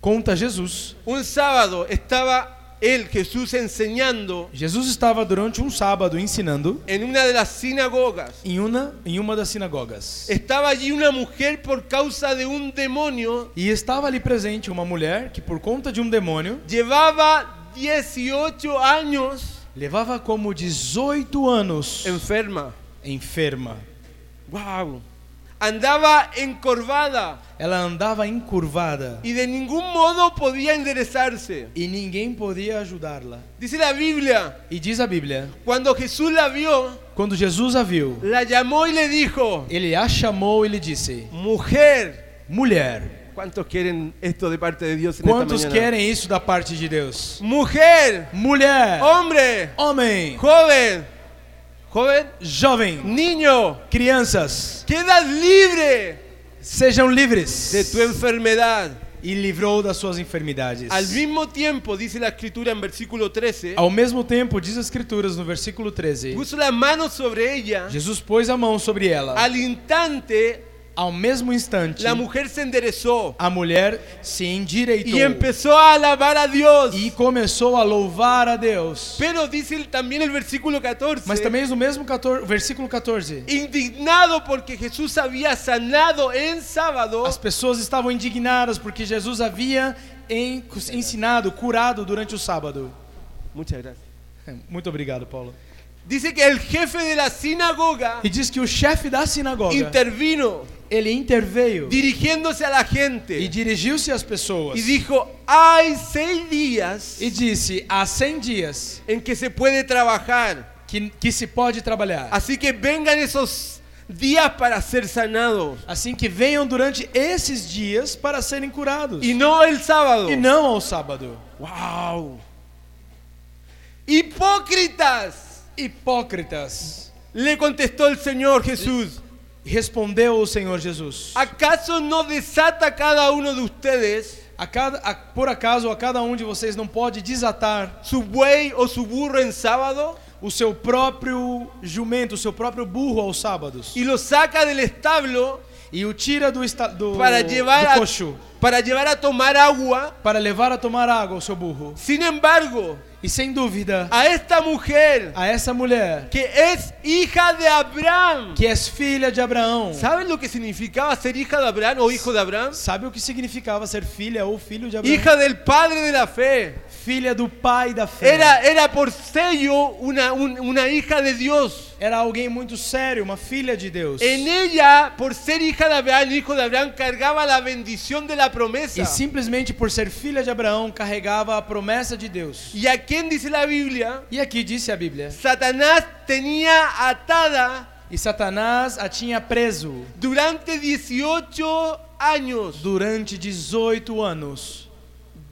Speaker 3: conta Jesus.
Speaker 2: Un sábado estaba él, Jesús, enseñando
Speaker 3: Jesus estava durante um sábado ensinando
Speaker 2: en una de las sinagogas.
Speaker 3: em uma, em uma das sinagogas.
Speaker 2: Estaba allí una mujer por causa de un demonio.
Speaker 3: E estava ali presente uma mulher que, por conta de um demônio,
Speaker 2: Llevaba 18 años
Speaker 3: levava como 18 anos
Speaker 2: enferma.
Speaker 3: enferma.
Speaker 2: Wow. Andaba encorvada
Speaker 3: Ela andava encurvada
Speaker 2: y de ningún modo podía enderezarse.
Speaker 3: e ninguém podia ajudá-la.
Speaker 2: Dice la Biblia,
Speaker 3: E diz a Bíblia:
Speaker 2: cuando Jesús la vio,
Speaker 3: quando Jesus a viu,
Speaker 2: la llamó y le dijo,
Speaker 3: ele a chamou e lhe disse:
Speaker 2: mujer,
Speaker 3: Mulher,
Speaker 2: ¿cuántos quieren esto de parte de Dios en
Speaker 3: quantos
Speaker 2: esta mañana?
Speaker 3: querem isso da parte de Deus?
Speaker 2: Mujer,
Speaker 3: Mulher,
Speaker 2: hombre,
Speaker 3: homem,
Speaker 2: joven, joven,
Speaker 3: jovem,
Speaker 2: niño,
Speaker 3: crianças,
Speaker 2: quedas libre
Speaker 3: sejam livres
Speaker 2: de tu enfermedad.
Speaker 3: e livrou das suas enfermidades.
Speaker 2: Al mismo tiempo, dice la escritura en versículo 13,
Speaker 3: Ao mesmo tempo, diz as Escrituras no versículo 13:
Speaker 2: puso las manos sobre ella.
Speaker 3: Jesus pôs a mão sobre ela.
Speaker 2: Al instante,
Speaker 3: Ao mesmo instante,
Speaker 2: la mujer se enderezó
Speaker 3: a mulher se endireitou
Speaker 2: y empezó a alabar a Dios.
Speaker 3: e começou a louvar a Deus.
Speaker 2: Pero dice el- también el versículo 14,
Speaker 3: Mas também no mesmo 14, versículo 14,
Speaker 2: indignado porque Jesús había sanado en sábado,
Speaker 3: as pessoas estavam indignadas porque Jesus havia en- ensinado, curado durante o sábado.
Speaker 2: muchas gracias.
Speaker 3: É, Muito obrigado, Paulo.
Speaker 2: Dice que el jefe de la sinagoga
Speaker 3: E diz que o chefe da sinagoga,
Speaker 2: intervino
Speaker 3: ele interveio
Speaker 2: dirigiéndose a la
Speaker 3: e
Speaker 2: gente
Speaker 3: dirigiu-se às pessoas
Speaker 2: y dijo, hay seis días
Speaker 3: e disse: "Há 100 dias
Speaker 2: en que se puede trabajar.
Speaker 3: que, que se pode trabalhar.
Speaker 2: Así que vengan esos días para ser sanados.
Speaker 3: Assim que venham durante esses dias para serem curados
Speaker 2: Y no el sábado.
Speaker 3: e não ao sábado."
Speaker 2: ¡Wow! ¡Hipócritas!
Speaker 3: Hipócritas,
Speaker 2: Le contestó el Señor Jesús.
Speaker 3: respondeu o Senhor Jesus.
Speaker 2: ¿Acaso no desata cada uno de ustedes
Speaker 3: A cada, a- por acaso a cada um de vocês não pode desatar
Speaker 2: su buey o su burro en sábado
Speaker 3: o seu próprio jumento, o seu próprio burro aos sábados
Speaker 2: y lo saca del establo
Speaker 3: e o tira do, esta, do,
Speaker 2: para llevar
Speaker 3: do
Speaker 2: a,
Speaker 3: coxo
Speaker 2: para llevar a tomar agua?
Speaker 3: para levar a tomar água ao seu burro?
Speaker 2: Sin embargo,
Speaker 3: E sem dúvida,
Speaker 2: a esta mujer
Speaker 3: a essa mulher
Speaker 2: que és hija de Abraham.
Speaker 3: que és filha de Abraão,
Speaker 2: ¿Saben lo que significaba ser hija de Abraham o hijo de Abraham?
Speaker 3: sabe o que significava ser filha ou filho de Abraão?
Speaker 2: Hija del padre de la fe.
Speaker 3: Filha do pai da fé.
Speaker 2: Era, era por sello una, un- una hija de Dios.
Speaker 3: Era alguém muito sério, uma filha de Deus.
Speaker 2: En ella, por ser hija de Abraham, hijo de Abraham, cargaba la bendición de la promesa.
Speaker 3: E simplesmente por ser filha de Abraão, carregava a promessa de Deus.
Speaker 2: ¿Y a quién dice la Biblia?
Speaker 3: E aqui disse a Bíblia:
Speaker 2: Satanás tenía atada
Speaker 3: E Satanás a tinha preso
Speaker 2: durante 18 años.
Speaker 3: durante 18 anos.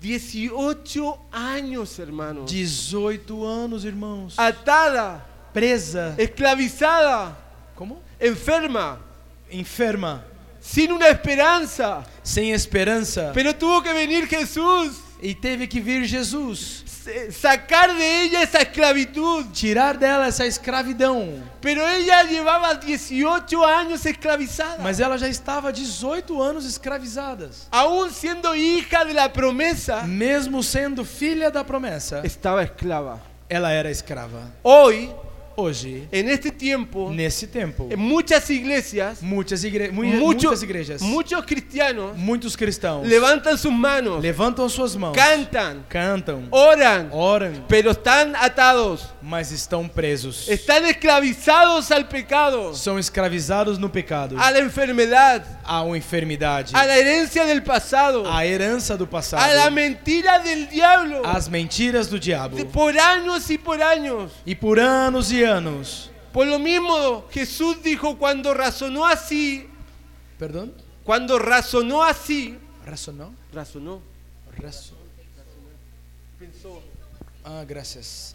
Speaker 2: 18 años, hermano.
Speaker 3: 18 anos, irmãos.
Speaker 2: Atada,
Speaker 3: Presa.
Speaker 2: esclavizada,
Speaker 3: Como?
Speaker 2: enferma,
Speaker 3: Enferma.
Speaker 2: sin una esperanza.
Speaker 3: Sem esperança.
Speaker 2: Pero tuvo que venir Jesús,
Speaker 3: E teve que vir Jesus
Speaker 2: se- sacar de ella esa esclavitud.
Speaker 3: tirar dela essa escravidão.
Speaker 2: Pero ella llevaba 18 años esclavizada.
Speaker 3: Mas ela já estava 18 anos escravizada.
Speaker 2: Aún siendo hija de la promesa,
Speaker 3: Mesmo sendo filha da promessa,
Speaker 2: estaba esclava.
Speaker 3: ela era escrava.
Speaker 2: Hoy,
Speaker 3: Hoje,
Speaker 2: en este tiempo,
Speaker 3: nesse tempo,
Speaker 2: en muchas iglesias,
Speaker 3: muitas, igre mu-
Speaker 2: muchos,
Speaker 3: muitas igrejas,
Speaker 2: muchos cristianos
Speaker 3: muitos cristãos
Speaker 2: levantan sus manos,
Speaker 3: levantam suas mãos,
Speaker 2: cantan,
Speaker 3: cantam,
Speaker 2: oran,
Speaker 3: oram,
Speaker 2: pero están atados.
Speaker 3: mas estão presos.
Speaker 2: Están esclavizados al pecado,
Speaker 3: São escravizados no pecado,
Speaker 2: a la enfermedad,
Speaker 3: a uma enfermidade,
Speaker 2: a la herencia del pasado,
Speaker 3: a herança do
Speaker 2: a la
Speaker 3: passado,
Speaker 2: mentira del diablo,
Speaker 3: as mentiras do diabo.
Speaker 2: por años y por años.
Speaker 3: E por anos e anos,
Speaker 2: Por lo mismo, Jesús dijo cuando razonó así,
Speaker 3: perdão?
Speaker 2: cuando razonó así,
Speaker 3: Razonó?
Speaker 2: razonó,
Speaker 3: Razo...
Speaker 2: pensó.
Speaker 3: Ah, graças.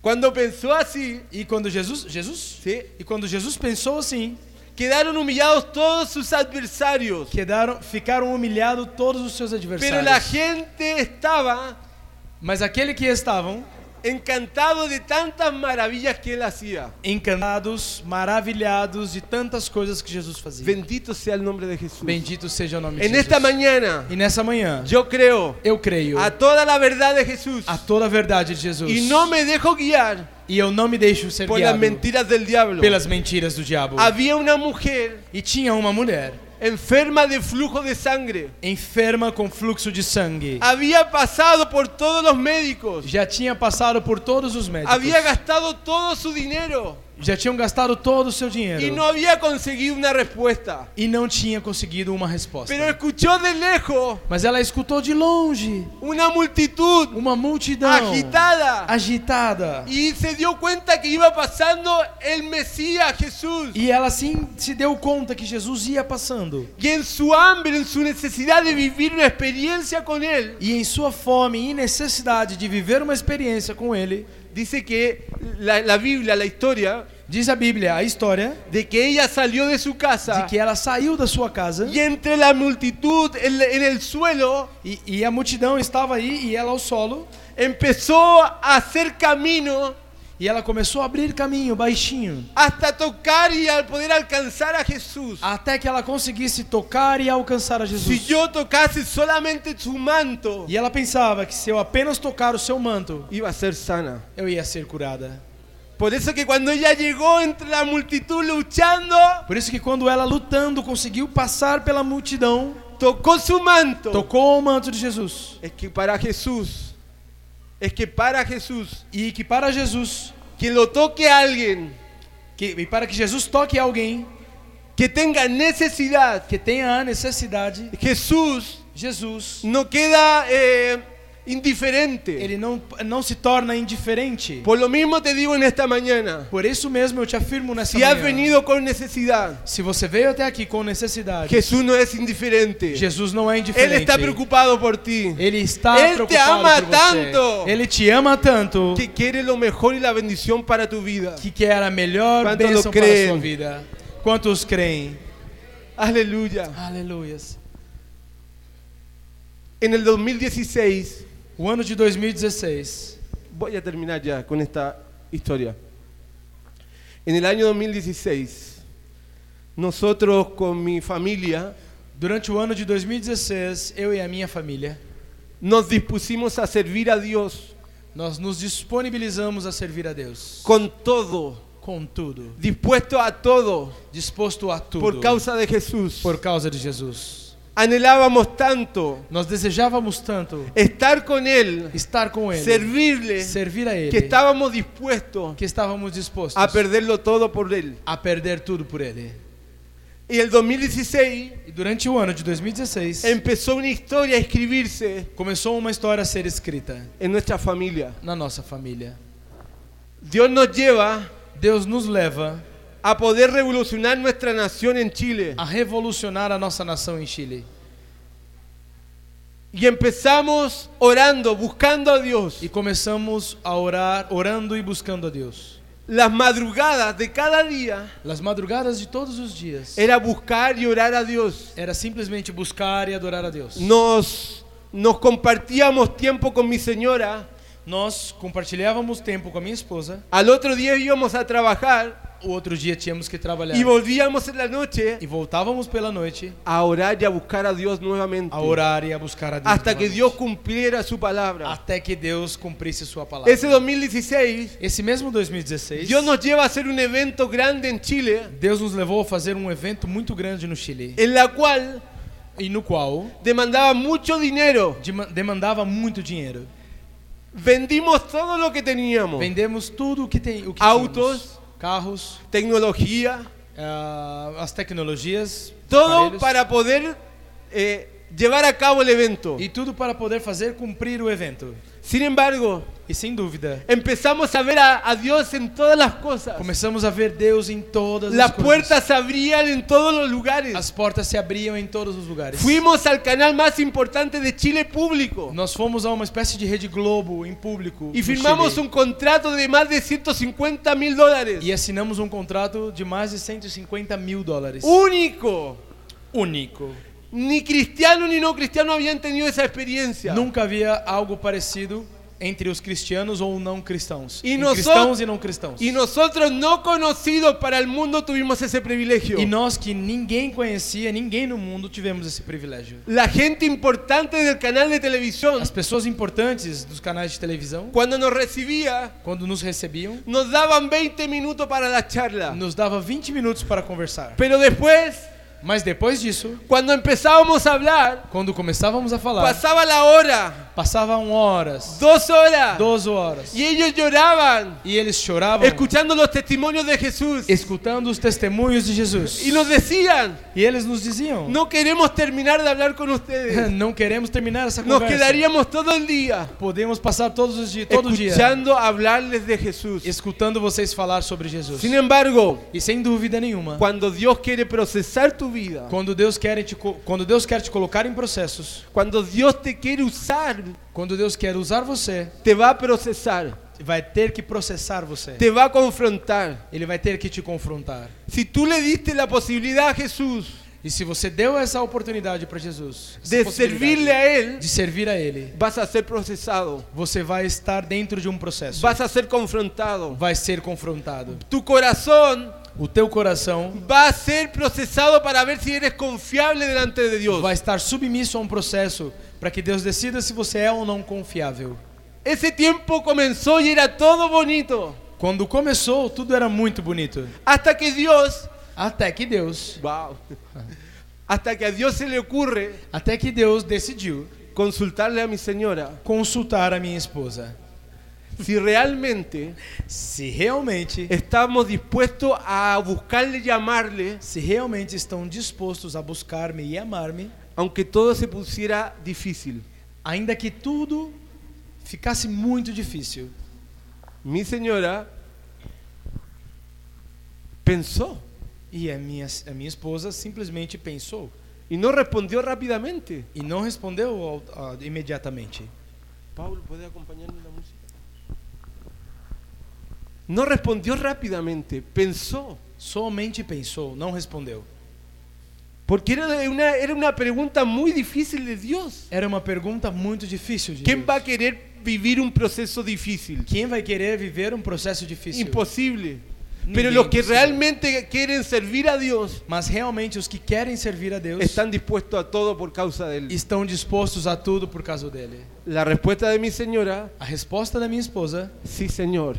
Speaker 2: Cuando pensó así,
Speaker 3: E quando Jesus, Jesus?
Speaker 2: ¿sí?
Speaker 3: E quando Jesus pensou assim,
Speaker 2: quedaron humillados todos sus adversarios,
Speaker 3: quedaram, ficaram humilhados todos os seus
Speaker 2: pero la
Speaker 3: adversários.
Speaker 2: gente estaba
Speaker 3: Mas aquele que estavam
Speaker 2: encantado de tantas maravillas que él hacía.
Speaker 3: encantados, maravilhados de tantas coisas que Jesus fazia.
Speaker 2: Bendito sea el nombre de Jesús.
Speaker 3: Bendito seja o nome de
Speaker 2: En
Speaker 3: Jesus.
Speaker 2: esta mañana,
Speaker 3: E nessa manhã,
Speaker 2: yo creo
Speaker 3: eu creio
Speaker 2: a toda la verdad de Jesús
Speaker 3: a toda a verdade de Jesus.
Speaker 2: y no me dejo guiar
Speaker 3: E eu não me deixo ser
Speaker 2: por las
Speaker 3: guiado
Speaker 2: mentiras del diablo.
Speaker 3: pelas mentiras do diabo.
Speaker 2: Había una mujer
Speaker 3: E tinha uma mulher
Speaker 2: enferma de flujo de sangre.
Speaker 3: enferma com fluxo de sangue.
Speaker 2: Había pasado por todos los médicos.
Speaker 3: Já tinha passado por todos os médicos.
Speaker 2: Había gastado todo su dinero.
Speaker 3: Já tinham gastado todo o seu dinheiro.
Speaker 2: y no había conseguido una respuesta.
Speaker 3: E não tinha conseguido uma resposta.
Speaker 2: Pero escuchó de lejos
Speaker 3: Mas ela escutou de longe
Speaker 2: una multitud
Speaker 3: uma multidão
Speaker 2: agitada
Speaker 3: agitada.
Speaker 2: y se dio cuenta que iba pasando el Mesías Jesús.
Speaker 3: E ela sim se deu conta que Jesus ia passando.
Speaker 2: Y en su hambre, en su necesidad de vivir una experiencia con Él,
Speaker 3: E em sua fome e necessidade de viver uma experiência com ele,
Speaker 2: dice que la, la Biblia, la historia,
Speaker 3: diz a Bíblia, a história,
Speaker 2: de que ella salió de su casa
Speaker 3: de que ela saiu da sua casa
Speaker 2: y entre la multitud en, la- en el suelo
Speaker 3: e, e a multidão estava aí e ela ao solo.
Speaker 2: empezó a hacer camino
Speaker 3: E ela começou a abrir caminho baixinho,
Speaker 2: hasta tocar y al poder alcanzar a Jesús.
Speaker 3: até que ela conseguisse tocar e alcançar a
Speaker 2: Si
Speaker 3: Jesus.
Speaker 2: yo tocase solamente su manto,
Speaker 3: E ela pensava que se eu apenas tocar o seu manto,
Speaker 2: iba a ser sana.
Speaker 3: eu ia ser curada.
Speaker 2: Por eso que cuando ella llegó entre la multitud luchando,
Speaker 3: Por isso que quando ela lutando conseguiu passar pela multidão,
Speaker 2: tocó su manto.
Speaker 3: tocou o manto de Jesus.
Speaker 2: Es que para Jesús, es que para Jesús,
Speaker 3: E que para Jesus,
Speaker 2: que lo toque a alguien
Speaker 3: que, e para que Jesus toque alguém
Speaker 2: que tenga necesidad,
Speaker 3: que tenha a necessidade,
Speaker 2: Jesús
Speaker 3: Jesus,
Speaker 2: no queda eh, indiferente.
Speaker 3: ele não, não se torna indiferente.
Speaker 2: Por lo mismo te digo en esta mañana,
Speaker 3: Por isso mesmo eu te afirmo nessa
Speaker 2: si has
Speaker 3: manhã,
Speaker 2: venido con necesidad,
Speaker 3: se você veio até aqui com necessidade,
Speaker 2: Jesús no es indiferente.
Speaker 3: Jesus não é
Speaker 2: Él
Speaker 3: indiferente.
Speaker 2: está tá preocupado por ti,
Speaker 3: Ele está
Speaker 2: Ele te
Speaker 3: preocupado
Speaker 2: ama
Speaker 3: por você.
Speaker 2: tanto.
Speaker 3: Ele te ama tanto que,
Speaker 2: que quiere lo mejor y la bendición para tu vida.
Speaker 3: quer a melhor
Speaker 2: Quantos
Speaker 3: bênção
Speaker 2: lo
Speaker 3: para a
Speaker 2: creem?
Speaker 3: sua vida. Quantos creem?
Speaker 2: Aleluia.
Speaker 3: Aleluias.
Speaker 2: En el 2016,
Speaker 3: O ano de 2016.
Speaker 2: voy a terminar ya con esta historia. En el año 2016, nosotros con mi familia
Speaker 3: Durante o ano de 2016, eu e a minha família,
Speaker 2: nos dispusimos a servir a Dios
Speaker 3: nós nos disponibilizamos a servir a Deus.
Speaker 2: con todo,
Speaker 3: Com tudo.
Speaker 2: dispuesto a todo,
Speaker 3: Disposto a tudo.
Speaker 2: por causa de Jesús.
Speaker 3: por causa de Jesus.
Speaker 2: Anhelábamos tanto
Speaker 3: Nós desejávamos tanto
Speaker 2: estar con Él,
Speaker 3: estar com Ele.
Speaker 2: servirle,
Speaker 3: servir a Ele.
Speaker 2: que estábamos dispuestos
Speaker 3: que estávamos dispostos
Speaker 2: a perderlo todo por Él.
Speaker 3: a perder tudo por Ele.
Speaker 2: Y el 2016
Speaker 3: E durante o ano de 2016,
Speaker 2: empezó una historia a escribirse
Speaker 3: começou uma história a ser escrita
Speaker 2: en nuestra familia.
Speaker 3: na nossa família.
Speaker 2: Dios nos lleva
Speaker 3: Deus nos leva
Speaker 2: a poder revolucionar nuestra nación en Chile.
Speaker 3: a revolucionar a nossa nação em Chile.
Speaker 2: Y empezamos orando, buscando a Dios.
Speaker 3: E começamos a orar, orando e buscando a Deus.
Speaker 2: Las madrugadas de cada día
Speaker 3: Nas madrugadas de todos os dias,
Speaker 2: era buscar y orar a Dios.
Speaker 3: era simplesmente buscar e adorar a Deus.
Speaker 2: Nos, nos compartíamos tiempo con mi señora.
Speaker 3: Nós compartilhávamos tempo com a minha esposa.
Speaker 2: Al otro día íbamos a trabajar
Speaker 3: O outro dia tínhamos que trabalhar.
Speaker 2: y volvíamos en la noche
Speaker 3: E voltávamos pela noite
Speaker 2: a orar y a buscar a Dios nuevamente.
Speaker 3: a orar e a buscar a Deus.
Speaker 2: Hasta que
Speaker 3: novamente.
Speaker 2: Dios cumpliera su palabra.
Speaker 3: Até que Deus cumprisse sua palavra.
Speaker 2: Ese 2016,
Speaker 3: Esse mesmo 2016,
Speaker 2: Dios nos lleva a hacer un evento grande en Chile,
Speaker 3: Deus nos levou a fazer um evento muito grande no Chile.
Speaker 2: en la cual
Speaker 3: E no qual
Speaker 2: demandaba mucho dinero.
Speaker 3: dema- demandava muito dinheiro.
Speaker 2: Vendimos todo lo que teníamos.
Speaker 3: Vendemos tudo o que tem. O que
Speaker 2: Autos.
Speaker 3: tínhamos. carros,
Speaker 2: Tecnología,
Speaker 3: ah, as tecnologias,
Speaker 2: todo
Speaker 3: aparelhos,
Speaker 2: para poder eh, llevar a cabo el evento.
Speaker 3: e tudo para poder fazer cumprir o evento.
Speaker 2: Sin embargo,
Speaker 3: E sem dúvida,
Speaker 2: empezamos a ver a, a Dios en todas las cosas.
Speaker 3: começamos a ver Deus em todas
Speaker 2: Las
Speaker 3: as coisas.
Speaker 2: puertas se abrían en todos los lugares.
Speaker 3: As portas se abriam em todos os lugares.
Speaker 2: Fuimos al canal más importante de Chile público
Speaker 3: Nós fomos a uma espécie de Rede Globo em público.
Speaker 2: y
Speaker 3: no
Speaker 2: firmamos
Speaker 3: Chile.
Speaker 2: un contrato de más de 150 mil dólares.
Speaker 3: E assinamos um contrato de mais de 150 mil dólares.
Speaker 2: Um Único.
Speaker 3: Único.
Speaker 2: Ni cristiano ni no cristiano habían tenido essa experiencia.
Speaker 3: Nunca havia algo parecido entre os cristianos ou não cristãos.
Speaker 2: E
Speaker 3: Em
Speaker 2: nós
Speaker 3: cristãos
Speaker 2: só-
Speaker 3: e não cristãos.
Speaker 2: Y nosotros no conocidos para el mundo tuvimos ese privilegio.
Speaker 3: E nós que ninguém conhecia, ninguém no mundo, tivemos esse privilégio.
Speaker 2: La gente importante del canal de televisión,
Speaker 3: As pessoas importantes dos canais de televisão,
Speaker 2: cuando nos recibía,
Speaker 3: quando nos recebiam,
Speaker 2: nos daban 20 minutos para la charla.
Speaker 3: nos dava 20 minutos para conversar.
Speaker 2: Pero después,
Speaker 3: Mas depois disso,
Speaker 2: cuando empezábamos a hablar,
Speaker 3: quando começávamos a falar,
Speaker 2: pasaba la hora
Speaker 3: Passavam horas,
Speaker 2: dos horas,
Speaker 3: 12 horas,
Speaker 2: y ellos lloraban
Speaker 3: e eles choravam,
Speaker 2: escuchando los testimonios de Jesús.
Speaker 3: escutando os testemunhos de Jesus.
Speaker 2: Y nos decían,
Speaker 3: E eles nos diziam:
Speaker 2: no queremos terminar de hablar con ustedes.
Speaker 3: Não queremos terminar essa
Speaker 2: Nos
Speaker 3: conversa.
Speaker 2: quedaríamos todo el día
Speaker 3: Podemos passar todos os dias, todo dia,
Speaker 2: escuchando hablarles de Jesús.
Speaker 3: escutando vocês falar sobre Jesus.
Speaker 2: Sin embargo,
Speaker 3: E sem dúvida nenhuma,
Speaker 2: cuando Dios quiere procesar tu vida,
Speaker 3: quando Deus quer te co- quando Deus quer te colocar em processos,
Speaker 2: cuando Dios te quiere usar,
Speaker 3: quando Deus quer usar você,
Speaker 2: te va a procesar,
Speaker 3: vai ter que processar você.
Speaker 2: te va a confrontar.
Speaker 3: Ele vai ter que te confrontar.
Speaker 2: Si tú le diste la posibilidad a Jesús
Speaker 3: E se você deu essa oportunidade para Jesus, essa
Speaker 2: de
Speaker 3: possibilidade
Speaker 2: servirle a Él,
Speaker 3: de servir a Ele,
Speaker 2: vas a ser procesado,
Speaker 3: você vai estar dentro de um processo.
Speaker 2: vas a ser confrontado.
Speaker 3: Vai ser confrontado.
Speaker 2: Tu corazón
Speaker 3: O teu coração
Speaker 2: va a ser procesado para ver si eres confiable delante de Dios.
Speaker 3: vai estar submisso a um processo para que Deus decida se você é ou não confiável.
Speaker 2: Ese tiempo comenzó y era todo bonito,
Speaker 3: Quando começou, tudo era muito bonito.
Speaker 2: hasta que Dios,
Speaker 3: Até que Deus,
Speaker 2: wow, hasta que a Dios se le ocurre
Speaker 3: até que Deus decidiu
Speaker 2: consultarle a mi señora
Speaker 3: consultar a minha esposa
Speaker 2: si realmente
Speaker 3: se realmente
Speaker 2: estamos dispuestos a buscarle, llamarle,
Speaker 3: se realmente estão dispostos a buscar-me e amar-me,
Speaker 2: aunque todo se pusiera difícil.
Speaker 3: ainda que tudo ficasse muito difícil.
Speaker 2: Mi señora pensó
Speaker 3: E a minha a minha esposa simplesmente pensou
Speaker 2: y no respondió rápidamente.
Speaker 3: e não respondeu ao- a- imediatamente.
Speaker 2: Paulo, ¿puede acompañarme en la música? No respondió rápidamente, pensó,
Speaker 3: Somente pensou, não respondeu.
Speaker 2: porque era una, era una pregunta muy difícil de Dios.
Speaker 3: Era uma pergunta muito difícil de
Speaker 2: ¿Quién
Speaker 3: Deus.
Speaker 2: va a querer vivir un proceso difícil?
Speaker 3: Quem vai querer viver um processo difícil?
Speaker 2: Imposible.
Speaker 3: Ninguém
Speaker 2: Pero los que
Speaker 3: posible.
Speaker 2: realmente quieren servir a Dios
Speaker 3: Mas realmente os que querem servir a Deus
Speaker 2: están dispuestos a todo por causa de Él.
Speaker 3: estão dispostos a tudo por causa dele.
Speaker 2: La respuesta de mi señora,
Speaker 3: A resposta da minha esposa,
Speaker 2: sí Señor,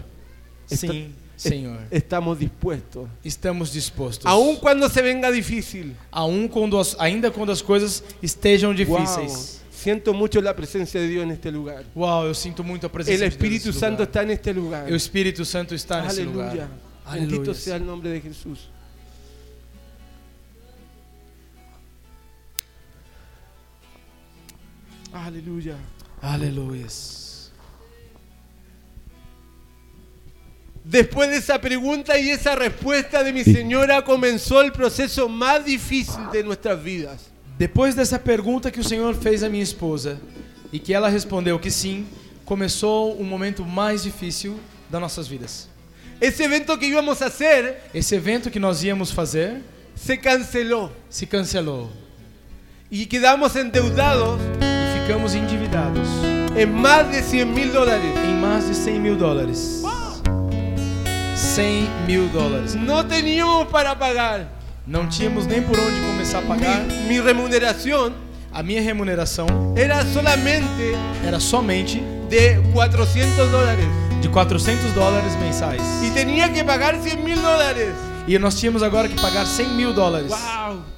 Speaker 2: Está-
Speaker 3: sim, Senhor.
Speaker 2: estamos dispuestos.
Speaker 3: Estamos dispostos.
Speaker 2: Aun cuando se venga difícil.
Speaker 3: Aún um quando as, ainda quando as coisas estejam difíceis.
Speaker 2: Wow. Siento mucho la presencia de Dios en este lugar.
Speaker 3: Uau, eu sinto muito a presença
Speaker 2: El
Speaker 3: de Deus
Speaker 2: Espíritu
Speaker 3: nesse
Speaker 2: é Santo
Speaker 3: lugar.
Speaker 2: está en este lugar.
Speaker 3: O Espírito Santo está nesse
Speaker 2: Aleluya.
Speaker 3: lugar.
Speaker 2: Bendito
Speaker 3: Aleluia.
Speaker 2: sea el nombre de Jesús. Aleluya.
Speaker 3: Aleluia.
Speaker 2: Después de esa pregunta y esa respuesta de mi señora comenzó el proceso más difícil de nuestras vidas.
Speaker 3: Depois dessa pergunta que o Senhor fez à minha esposa e que ela respondeu que sim, começou o momento mais difícil das nossas vidas.
Speaker 2: Ese evento que íbamos a hacer
Speaker 3: Esse evento que nós íamos fazer
Speaker 2: se canceló
Speaker 3: se cancelou
Speaker 2: y quedamos endeudados
Speaker 3: e ficamos endividados
Speaker 2: en más de 100 mil dólares.
Speaker 3: em mais de 100 mil dólares. 100 mil dólares.
Speaker 2: No teníamos para pagar
Speaker 3: Não tínhamos nem por onde começar a pagar.
Speaker 2: mi, mi remuneración.
Speaker 3: A minha remuneração
Speaker 2: Era solamente
Speaker 3: era somente
Speaker 2: de 400 dólares
Speaker 3: de 400 dólares mensais.
Speaker 2: y tenía que pagar 100 mil dólares.
Speaker 3: E nós tínhamos agora que pagar 100 mil dólares.
Speaker 2: ¡Wow!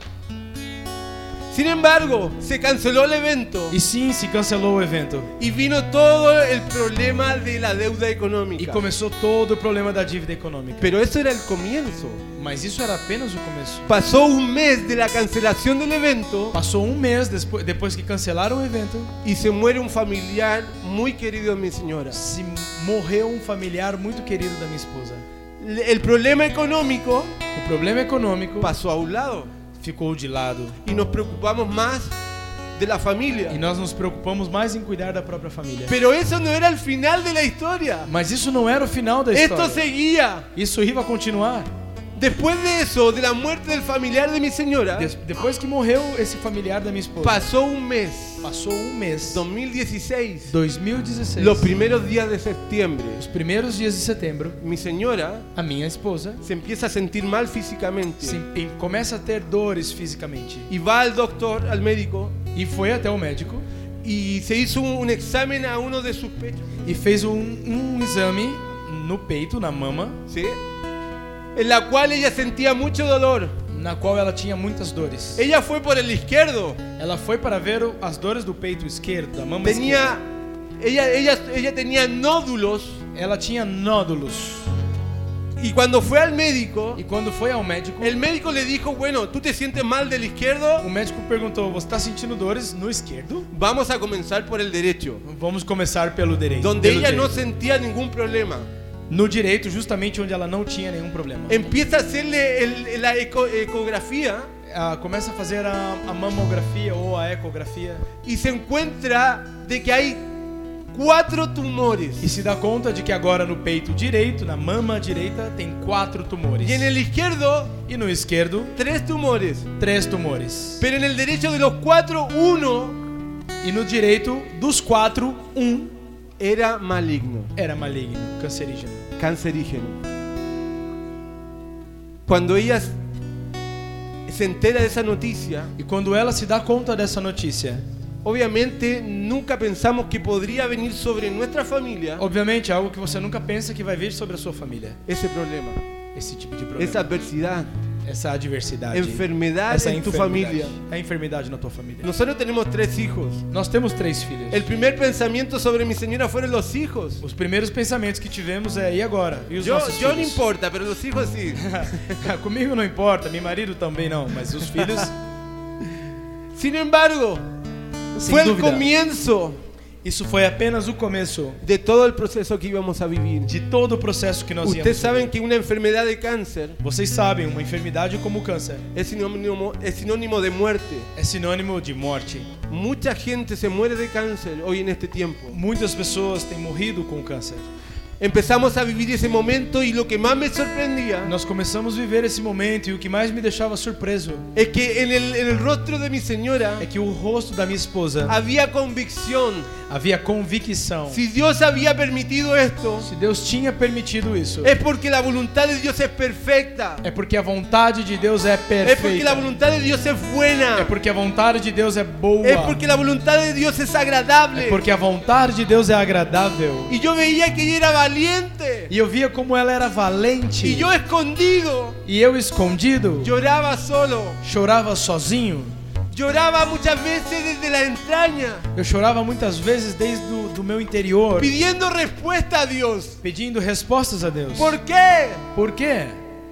Speaker 2: Sin embargo, se canceló el evento
Speaker 3: E sim, se cancelou o evento.
Speaker 2: y vino todo el problema de la deuda
Speaker 3: E
Speaker 2: económica.
Speaker 3: começou todo o problema da dívida econômica.
Speaker 2: Pero eso era el comienzo.
Speaker 3: Mas isso era apenas o começo.
Speaker 2: Pasó un mes de la cancelación del evento
Speaker 3: Passou um mês despo- depois que cancelaram o evento,
Speaker 2: y se muere un familiar muy querido de mi señora.
Speaker 3: se morreu um familiar muito querido da minha esposa.
Speaker 2: Le- El problema económico
Speaker 3: O problema econômico
Speaker 2: pasó a un lado
Speaker 3: ficou de lado.
Speaker 2: y nos preocupamos más de la familia.
Speaker 3: E nós nos preocupamos mais em cuidar da própria família.
Speaker 2: Pero eso no era el final de la historia.
Speaker 3: Mas isso não era o final da
Speaker 2: Esto
Speaker 3: história.
Speaker 2: seguía.
Speaker 3: Isso ia continuar.
Speaker 2: Después de eso, de la muerte del familiar de mi señora,
Speaker 3: Des- depois que morreu esse familiar da minha esposa,
Speaker 2: pasó un mes,
Speaker 3: passou um mês.
Speaker 2: 2016,
Speaker 3: 2016.
Speaker 2: los primeros días de septiembre.
Speaker 3: Os primeiros dias de setembro,
Speaker 2: Mi señora
Speaker 3: a minha esposa
Speaker 2: se empieza a sentir mal físicamente
Speaker 3: se- em- começa a ter dores fisicamente.
Speaker 2: y va al doctor, al médico,
Speaker 3: E foi até o médico
Speaker 2: y se hizo un, un examen a uno de sus pechos.
Speaker 3: e fez um, um exame no peito, na mama,
Speaker 2: ¿sí? En la cual ella sentía mucho dolor.
Speaker 3: na qual ela tinha muitas dores.
Speaker 2: Ella fue por el izquierdo.
Speaker 3: Ela foi para ver o- as dores do peito esquerdo, da mama
Speaker 2: Tenía, ella, ella, ella tenía nódulos
Speaker 3: esquerda. Ela tinha nódulos.
Speaker 2: y cuando fue al médico,
Speaker 3: E quando foi ao médico,
Speaker 2: el médico le dijo, bueno, tú te sientes mal del
Speaker 3: o
Speaker 2: izquierdo,
Speaker 3: médico perguntou: "Você está sentindo dores no esquerdo?"
Speaker 2: vamos a comenzar por el derecho,
Speaker 3: Vamos começar pelo direito.
Speaker 2: donde
Speaker 3: pelo
Speaker 2: ella no
Speaker 3: direito.
Speaker 2: sentía ningún problema.
Speaker 3: No direito, justamente onde ela não tinha nenhum problema.
Speaker 2: Empieza a hacerle el- la eco- ecografía
Speaker 3: Ah, começa a fazer a, a mamografia ou a ecografia
Speaker 2: y se encuentra de que hay cuatro tumores.
Speaker 3: e se dá conta de que agora no peito direito, na mama direita, tem quatro tumores.
Speaker 2: Y en el izquierdo,
Speaker 3: E no esquerdo,
Speaker 2: tres tumores.
Speaker 3: três tumores.
Speaker 2: Pero en el derecho de los cuatro, uno
Speaker 3: E no direito, dos quatro, um
Speaker 2: era maligno,
Speaker 3: era maligno, cancerígeno.
Speaker 2: cancerígeno. Cuando ella se entera de esa noticia,
Speaker 3: E quando ela se dá conta dessa notícia,
Speaker 2: obviamente nunca pensamos que podría venir sobre nuestra familia
Speaker 3: obviamente é algo que você nunca pensa que vai vir sobre a sua família.
Speaker 2: ese problema,
Speaker 3: Esse tipo de problema.
Speaker 2: essa adversidad,
Speaker 3: essa adversidade.
Speaker 2: enfermedad
Speaker 3: essa
Speaker 2: en tu
Speaker 3: enfermidade. É
Speaker 2: familia.
Speaker 3: A enfermidade na tua família.
Speaker 2: Nosotros tenemos tres hijos.
Speaker 3: Nós temos três filhos.
Speaker 2: El primer pensamiento sobre mi señora fueron los hijos.
Speaker 3: Os primeiros pensamentos que tivemos é e agora? E os
Speaker 2: Yo,
Speaker 3: nossos
Speaker 2: yo no
Speaker 3: filhos?
Speaker 2: importa, pero los hijos sí.
Speaker 3: Comigo não importa, meu marido também não, mas os filhos,
Speaker 2: Sin embargo,
Speaker 3: sem
Speaker 2: fue el
Speaker 3: dúvida.
Speaker 2: comienzo
Speaker 3: Isso foi apenas o começo
Speaker 2: de todo el proceso que íbamos a vivir.
Speaker 3: de todo o processo que nós
Speaker 2: Ustedes
Speaker 3: íamos.
Speaker 2: saben que una enfermedad de cáncer
Speaker 3: Vocês sabem, uma enfermidade como o câncer
Speaker 2: es sinónimo, es sinónimo de muerte.
Speaker 3: é sinônimo de morte.
Speaker 2: Mucha gente se muere de cáncer hoy en este tiempo.
Speaker 3: Muitas pessoas têm morrido com o câncer.
Speaker 2: Empezamos a vivir ese momento y lo que más me sorprendía
Speaker 3: Nós começamos a viver esse momento e o que mais me deixava surpreso
Speaker 2: es que en el, en el rostro de mi señora
Speaker 3: é que o rosto da minha esposa
Speaker 2: había convicción.
Speaker 3: havia convicção.
Speaker 2: Si Dios había permitido esto,
Speaker 3: Se Deus tinha permitido isso,
Speaker 2: es porque la voluntad de Dios es perfecta.
Speaker 3: é porque a vontade de Deus é
Speaker 2: Es porque la
Speaker 3: perfeita.
Speaker 2: voluntad de Dios es
Speaker 3: É
Speaker 2: buena.
Speaker 3: porque a vontade de Deus é boa.
Speaker 2: Es porque la voluntad de Dios es agradable.
Speaker 3: É porque a vontade de Deus é agradável.
Speaker 2: Y yo veía que ella era valiente.
Speaker 3: E eu via como ela era valente.
Speaker 2: Y yo escondido,
Speaker 3: E eu escondido,
Speaker 2: lloraba solo.
Speaker 3: chorava sozinho.
Speaker 2: Lloraba muchas veces desde la entraña,
Speaker 3: Eu chorava muitas vezes desde do, do meu interior,
Speaker 2: pidiendo respuesta a Dios.
Speaker 3: pedindo respostas a Deus.
Speaker 2: ¿Por quê?
Speaker 3: Por quê?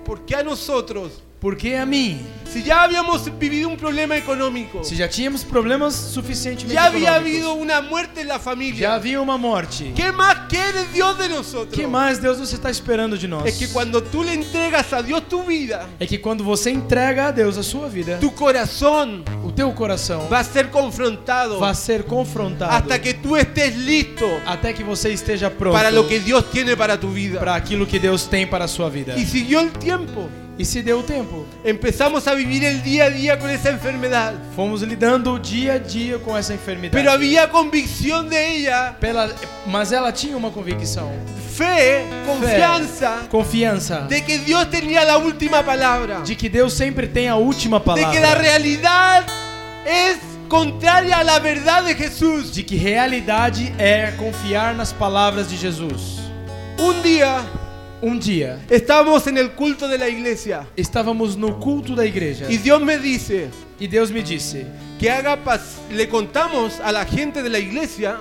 Speaker 2: ¿Por qué a nosotros?
Speaker 3: Por que a mim?
Speaker 2: Si ya habíamos vivido un problema económico,
Speaker 3: Se já tínhamos problemas suficientemente
Speaker 2: ya había
Speaker 3: econômicos,
Speaker 2: habido una muerte en la
Speaker 3: já
Speaker 2: familia,
Speaker 3: havia uma morte.
Speaker 2: ¿qué más quiere Dios de
Speaker 3: O que
Speaker 2: nosotros?
Speaker 3: mais Deus você está esperando de nós?
Speaker 2: Es É que cuando tú le entregas a Dios tu vida,
Speaker 3: É que quando você entrega a Deus a sua vida,
Speaker 2: tu corazón
Speaker 3: o teu coração
Speaker 2: va a ser confrontado
Speaker 3: vai ser confrontado
Speaker 2: hasta que tú estés listo
Speaker 3: até que você esteja pronto
Speaker 2: para lo que Dios tiene para tu vida.
Speaker 3: para aquilo que Deus tem para a sua vida.
Speaker 2: Y siguió el tiempo.
Speaker 3: E se deu tempo,
Speaker 2: Empezamos a vivir el día a día con esa enfermedad.
Speaker 3: fomos lidando dia a dia com essa enfermidade.
Speaker 2: Pero había convicción de ella,
Speaker 3: Pela, mas ela tinha uma convicção,
Speaker 2: fe,
Speaker 3: fé,
Speaker 2: confianza
Speaker 3: confianza de,
Speaker 2: de que Dios tenía la última palabra. De
Speaker 3: que Deus sempre tem a última palavra,
Speaker 2: que la realidad es contraria a la verdad de Jesús.
Speaker 3: de que realidade é confiar nas palavras de Jesus.
Speaker 2: Un día
Speaker 3: Um dia
Speaker 2: estábamos en el culto de la iglesia
Speaker 3: estávamos no culto da igreja
Speaker 2: y Dios me dice
Speaker 3: e Deus me disse,
Speaker 2: que haga pas- le contamos a la gente de la iglesia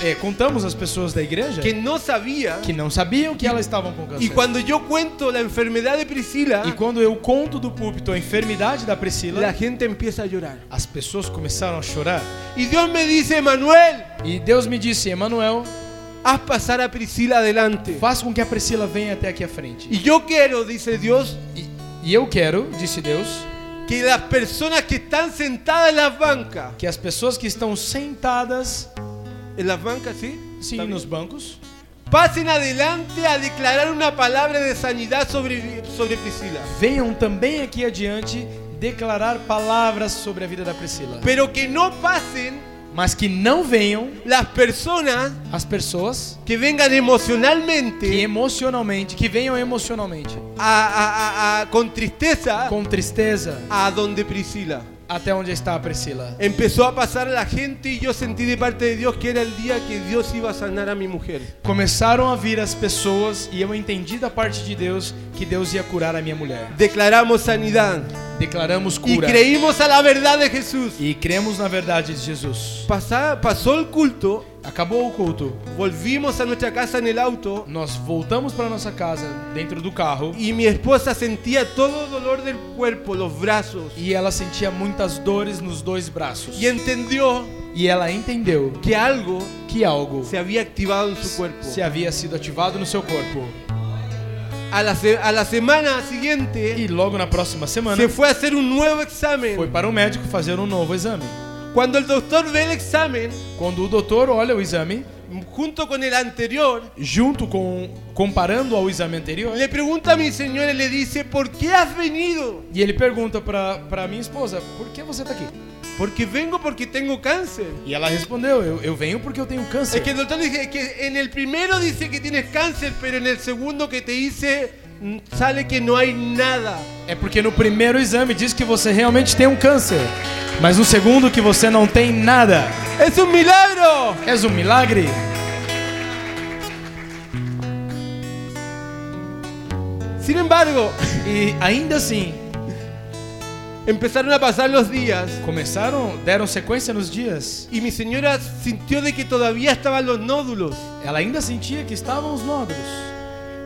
Speaker 3: é, contamos às pessoas da igreja
Speaker 2: que
Speaker 3: que,
Speaker 2: no sabía
Speaker 3: não sabiam que elas estavam com câncer.
Speaker 2: y cuando yo cuento la enfermedad de Priscila,
Speaker 3: E quando eu conto do púlpito a enfermidade da Priscila,
Speaker 2: la gente empieza a llorar.
Speaker 3: as pessoas começaram a chorar.
Speaker 2: Y Dios me dice, Manuel,
Speaker 3: E Deus me disse, Emanuel,
Speaker 2: haz pasar a Priscila adelante.
Speaker 3: faça com que a Priscila venha até aqui à frente.
Speaker 2: Y yo quiero, dice Dios,
Speaker 3: E, e eu quero, disse Deus,
Speaker 2: que las personas que están sentadas en las bancas,
Speaker 3: que as pessoas que estão sentadas
Speaker 2: en las bancas, ¿sí?
Speaker 3: sim,
Speaker 2: Está bien.
Speaker 3: nos bancos
Speaker 2: Pasen adelante a declarar una palabra de sanidad sobre, sobre Priscila.
Speaker 3: venham também aqui adiante declarar palavras sobre a vida da Priscila.
Speaker 2: Pero que no pasen
Speaker 3: Mas que não venham
Speaker 2: las personas
Speaker 3: as pessoas
Speaker 2: que vengan
Speaker 3: que
Speaker 2: emocionalmente
Speaker 3: emocionalmente, que venham emocionalmente,
Speaker 2: a- a- a- a- con tristeza
Speaker 3: com tristeza,
Speaker 2: a donde Priscila.
Speaker 3: até onde está a Priscila.
Speaker 2: Empezó a pasar la gente y yo sentí de parte de Dios que era el día que Dios iba a sanar a mi mujer.
Speaker 3: Começaram a vir as pessoas e eu entendi da parte de Deus que Deus ia curar a minha mulher.
Speaker 2: Declaramos sanidad
Speaker 3: Declaramos
Speaker 2: y
Speaker 3: cura
Speaker 2: creímos a la verdad de Jesús.
Speaker 3: e cremos na verdade de Jesus.
Speaker 2: Pasá- pasó el culto,
Speaker 3: Acabou o culto.
Speaker 2: volvimos a nuestra casa en el auto
Speaker 3: Nós voltamos para nossa casa dentro do carro
Speaker 2: y mi esposa sentía todo dolor del cuerpo, los brazos
Speaker 3: e ela sentia muitas dores nos dois braços.
Speaker 2: y entendió
Speaker 3: E ela entendeu
Speaker 2: que algo
Speaker 3: que algo
Speaker 2: se había activado en su cuerpo.
Speaker 3: se havia sido ativado no seu corpo.
Speaker 2: A la, se- a la semana siguiente
Speaker 3: E logo na próxima semana
Speaker 2: se fue a hacer un nuevo examen.
Speaker 3: foi para o médico fazer um novo exame.
Speaker 2: Cuando el doctor ve el examen,
Speaker 3: Quando o doutor olha o exame,
Speaker 2: junto con el anterior,
Speaker 3: junto com comparando ao exame anterior,
Speaker 2: le pregunta a mi señora y le dice, ¿por qué has venido?
Speaker 3: e ele pergunta para para minha esposa: "Por que você tá aqui?"
Speaker 2: Porque vengo porque tengo cáncer.
Speaker 3: E ela respondeu: "Eu, eu venho porque eu tenho
Speaker 2: Es
Speaker 3: câncer."
Speaker 2: É que el doctor dice es que en el primero dice que tienes cáncer, pero en el segundo que te hice mm, sale que no hay nada.
Speaker 3: É porque no primeiro exame diz que você realmente tem um câncer, mas no segundo que você não tem nada.
Speaker 2: ¡Es un milagro!
Speaker 3: És um milagre.
Speaker 2: Sin embargo,
Speaker 3: E ainda assim,
Speaker 2: empezaron a pasar los días
Speaker 3: começaram, deram sequência nos dias.
Speaker 2: y mi señora sintió de que todavía estaban los nódulos.
Speaker 3: Ela ainda sentia que estavam os nódulos.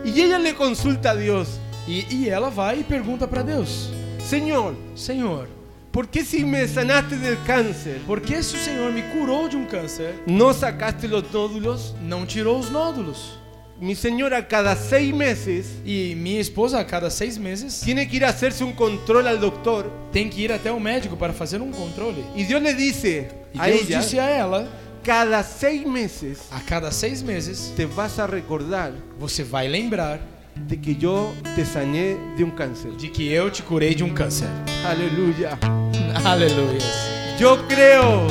Speaker 2: Y ella le consulta a Dios,
Speaker 3: E, e ela vai e pergunta para Deus:
Speaker 2: Señor,
Speaker 3: Senhor,
Speaker 2: ¿por qué si me sanaste del cáncer,
Speaker 3: por que se o Senhor me curou de um câncer,
Speaker 2: no sacaste los nódulos?
Speaker 3: não tirou os nódulos?
Speaker 2: Mi señora cada seis meses
Speaker 3: E minha esposa, a cada seis meses,
Speaker 2: tiene que ir a hacerse un control al doctor
Speaker 3: tem que ir até o médico para fazer um controle.
Speaker 2: y Dios le dice
Speaker 3: E
Speaker 2: a
Speaker 3: Deus
Speaker 2: ella,
Speaker 3: disse a ela:
Speaker 2: cada seis meses
Speaker 3: A cada seis meses,
Speaker 2: te vas a recordar
Speaker 3: você vai lembrar
Speaker 2: de que yo te sané de un cáncer.
Speaker 3: de que eu te curei de um câncer.
Speaker 2: Aleluya.
Speaker 3: Aleluia.
Speaker 2: Yo creo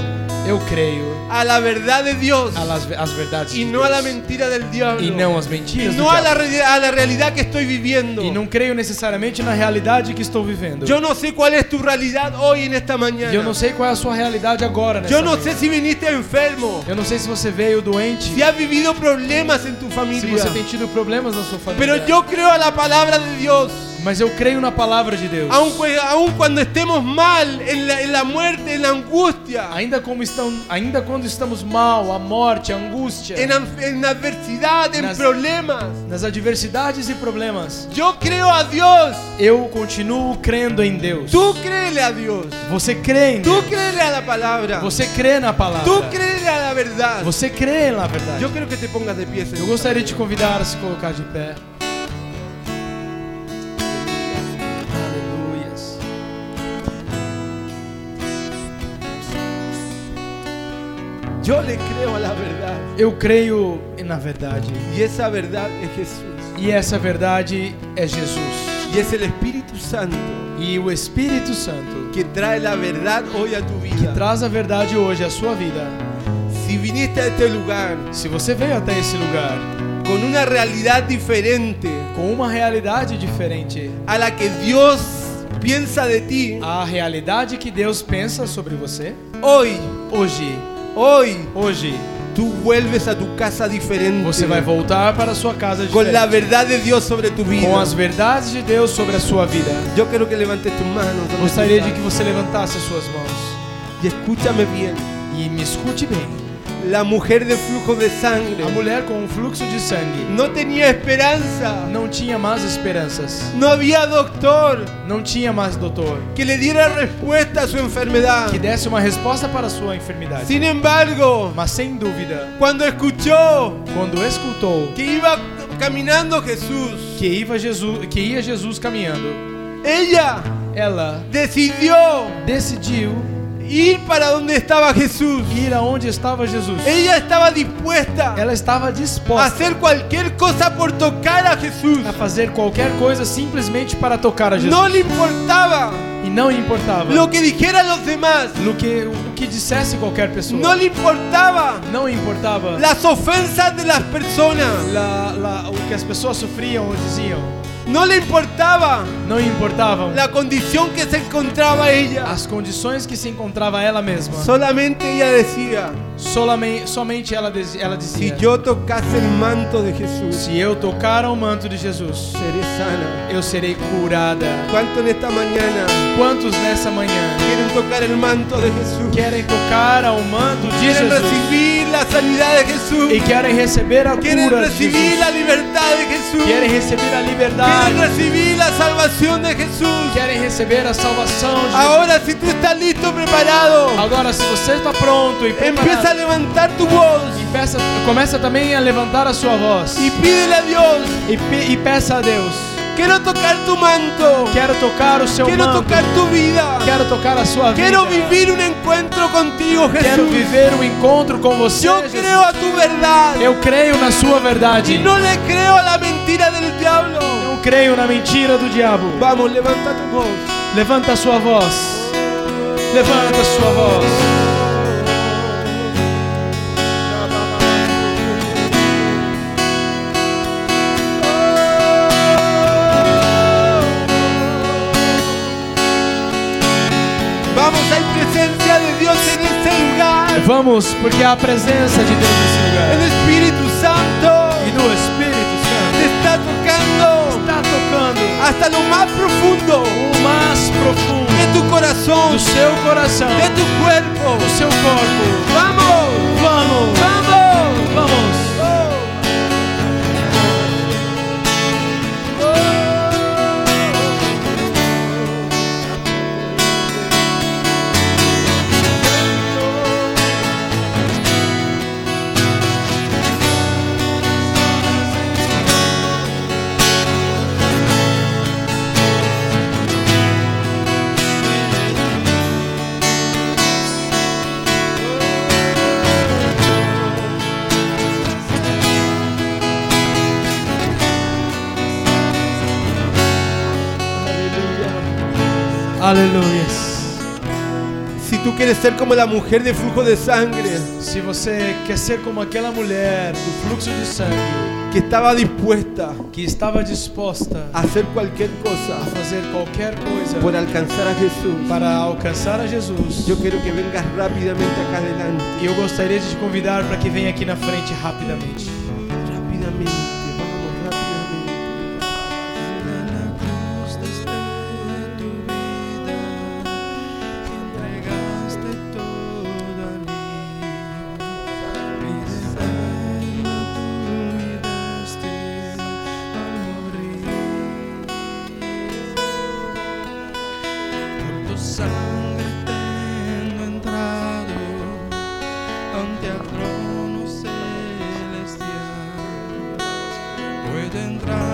Speaker 3: Eu creio
Speaker 2: a la verdad de Dios
Speaker 3: às às verdades
Speaker 2: y
Speaker 3: de
Speaker 2: no a la
Speaker 3: Deus.
Speaker 2: mentira del diablo.
Speaker 3: e não às
Speaker 2: Y
Speaker 3: mentiras do
Speaker 2: no a la,
Speaker 3: diabo.
Speaker 2: re- a la realidad que estoy viviendo.
Speaker 3: E não creio necessariamente na realidade que estou vivendo.
Speaker 2: Yo no sé cuál es tu realidad hoy en esta mañana.
Speaker 3: E eu não sei qual é a sua realidade agora, nessa
Speaker 2: Yo no
Speaker 3: manhã.
Speaker 2: sé si viniste enfermo,
Speaker 3: Eu não sei se você veio doente,
Speaker 2: si has vivido problemas en tu
Speaker 3: se
Speaker 2: familia.
Speaker 3: você tem tido problemas na sua família.
Speaker 2: Pero yo creo a la palabra de Dios.
Speaker 3: Mas eu creio na palavra de Deus.
Speaker 2: Aun, cu- aun cuando estemos mal, en la, en la muerte, en la angustia,
Speaker 3: Ainda como estão, ainda quando estamos mal, a morte, a angústia,
Speaker 2: en, an- en adversidad, en
Speaker 3: Nas-
Speaker 2: problemas.
Speaker 3: nas adversidades e problemas,
Speaker 2: Yo creo a Dios.
Speaker 3: eu continuo crendo em Deus.
Speaker 2: Tú créele a Dios.
Speaker 3: Você crê em
Speaker 2: Tú
Speaker 3: Deus.
Speaker 2: créele a la palabra.
Speaker 3: Você crê na palavra.
Speaker 2: Tú créele a la verdad.
Speaker 3: Você crê na verdade.
Speaker 2: Yo creo que te pongas de pie,
Speaker 3: Eu
Speaker 2: Señor.
Speaker 3: gostaria de te convidar a se colocar de pé. Aleluias.
Speaker 2: Yo le creo a la verdad.
Speaker 3: Eu creio na verdade.
Speaker 2: Y esa verdad es Jesús.
Speaker 3: E essa verdade é Jesus.
Speaker 2: Y es el Espíritu Santo
Speaker 3: E o Espírito Santo
Speaker 2: que trae la verdad hoy a tu vida.
Speaker 3: traz a verdade hoje à sua vida.
Speaker 2: Si viniste a este lugar
Speaker 3: Se você veio até esse lugar
Speaker 2: con una realidad diferente
Speaker 3: com uma realidade diferente,
Speaker 2: a la que Dios piensa de ti,
Speaker 3: a realidade que Deus pensa sobre você,
Speaker 2: hoy,
Speaker 3: hoje,
Speaker 2: hoy,
Speaker 3: hoje,
Speaker 2: tú vuelves a tu casa diferente.
Speaker 3: você vai voltar para a sua casa
Speaker 2: con la
Speaker 3: diferente,
Speaker 2: verdad de Dios sobre tu vida.
Speaker 3: com as verdades de Deus sobre a sua vida.
Speaker 2: Yo quiero que levantes tus manos donde
Speaker 3: Gostaria
Speaker 2: tú
Speaker 3: de que
Speaker 2: estás.
Speaker 3: você levantasse as suas mãos
Speaker 2: y escúchame bien.
Speaker 3: e me escute bem.
Speaker 2: La mujer de flujo de sangre
Speaker 3: A mulher com um fluxo de sangue
Speaker 2: no tenía esperanza.
Speaker 3: não tinha mais esperanças,
Speaker 2: No había doctor
Speaker 3: não tinha mais doutor
Speaker 2: que le diera respuesta a su enfermedad.
Speaker 3: que desse uma resposta para a sua enfermidade.
Speaker 2: Sin embargo,
Speaker 3: Mas sem dúvida,
Speaker 2: cuando escuchó
Speaker 3: quando escutou
Speaker 2: que iba caminando Jesús,
Speaker 3: que ia Jesus, que ia Jesus caminhando,
Speaker 2: ella
Speaker 3: ela
Speaker 2: decidió
Speaker 3: decidiu
Speaker 2: ir para donde estaba Jesús.
Speaker 3: ir aonde estava Jesus.
Speaker 2: Ella estaba dispuesta
Speaker 3: Ela estava
Speaker 2: a
Speaker 3: disposta
Speaker 2: hacer cualquier cosa por tocar a Jesús.
Speaker 3: a fazer qualquer coisa simplesmente para tocar a Jesus
Speaker 2: No le importaba
Speaker 3: e não importava
Speaker 2: lo que dijeran los demás.
Speaker 3: no que o que dissesse qualquer pessoa.
Speaker 2: No le importaba
Speaker 3: Não importava
Speaker 2: las ofensas de las personas.
Speaker 3: la- la- o que as pessoas sofriam ou diziam.
Speaker 2: No le importaba
Speaker 3: não importavam
Speaker 2: la condición que se encontraba ella.
Speaker 3: as condições que se encontrava ela mesma.
Speaker 2: Solamente ella decía,
Speaker 3: Solamente, somente ela, diz- ela
Speaker 2: si
Speaker 3: dizia:
Speaker 2: yo tocase el manto de Jesús,
Speaker 3: Se eu tocar ao manto de Jesus,
Speaker 2: seré sana.
Speaker 3: eu serei curada.
Speaker 2: ¿Cuánto en esta mañana
Speaker 3: Quantos nessa manhã
Speaker 2: quieren tocar el manto de Jesús?
Speaker 3: querem tocar ao manto de
Speaker 2: Quieren
Speaker 3: Jesus
Speaker 2: recibir la sanidad de Jesús.
Speaker 3: e querem receber a
Speaker 2: Quieren
Speaker 3: cura de
Speaker 2: recibir
Speaker 3: Jesus?
Speaker 2: la libertad de Jesús.
Speaker 3: Querem
Speaker 2: Quieren
Speaker 3: receber a liberdade?
Speaker 2: recibir la salvación de Jesús.
Speaker 3: Querem Ah, receber a salvação de Jesus?
Speaker 2: Ahora si tú estás listo, preparado,
Speaker 3: Agora, se você está pronto e
Speaker 2: empieza a
Speaker 3: preparado,
Speaker 2: levantar tu voz
Speaker 3: e peça, começa também a levantar a sua voz
Speaker 2: y
Speaker 3: e,
Speaker 2: pídele a Dios,
Speaker 3: pe- e peça a Deus:
Speaker 2: quiero tocar tu manto,
Speaker 3: Quero tocar o seu
Speaker 2: quiero
Speaker 3: manto,
Speaker 2: tocar tu vida,
Speaker 3: quero tocar a sua vida.
Speaker 2: quiero vivir un encuentro contigo
Speaker 3: Quero
Speaker 2: Jesús.
Speaker 3: viver o encontro com você.
Speaker 2: Yo
Speaker 3: Jesus.
Speaker 2: creo a tu verdad
Speaker 3: Eu creio na sua verdade.
Speaker 2: y no le creo a la mentira del diablo.
Speaker 3: Não creio na mentira do diabo.
Speaker 2: Vamos, levanta tu voz.
Speaker 3: Levanta a sua voz. Levanta a sua voz.
Speaker 2: Vamos, hay presencia de Dios en este lugar.
Speaker 3: Vamos, porque há a presença de Deus nesse
Speaker 2: El
Speaker 3: lugar.
Speaker 2: Espíritu
Speaker 3: E
Speaker 2: Santo
Speaker 3: do Espírito Santo
Speaker 2: te está tocando
Speaker 3: está tocando
Speaker 2: hasta lo más profundo
Speaker 3: o mais profundo
Speaker 2: de tu corazón,
Speaker 3: do seu coração,
Speaker 2: de tu cuerpo.
Speaker 3: do seu corpo.
Speaker 2: Vamos,
Speaker 3: Vamos,
Speaker 2: vamos.
Speaker 3: vamos. Aleluia.
Speaker 2: Si tú quieres ser como la mujer de flujo de sangre
Speaker 3: Se você quer ser como aquela mulher do fluxo de sangue
Speaker 2: que estaba dispuesta
Speaker 3: que estava disposta
Speaker 2: a hacer cualquier
Speaker 3: a
Speaker 2: cosa
Speaker 3: fazer qualquer coisa
Speaker 2: por alcanzar a Jesús,
Speaker 3: para alcançar a Jesus,
Speaker 2: yo quiero que vengas rápidamente acá adelante.
Speaker 3: E eu gostaria de te convidar para que venha aquí na frente rapidamente.
Speaker 2: Rápidamente, vamos, rápidamente.
Speaker 1: Sangre tengo entrado ante el trono celestial. Puedo entrar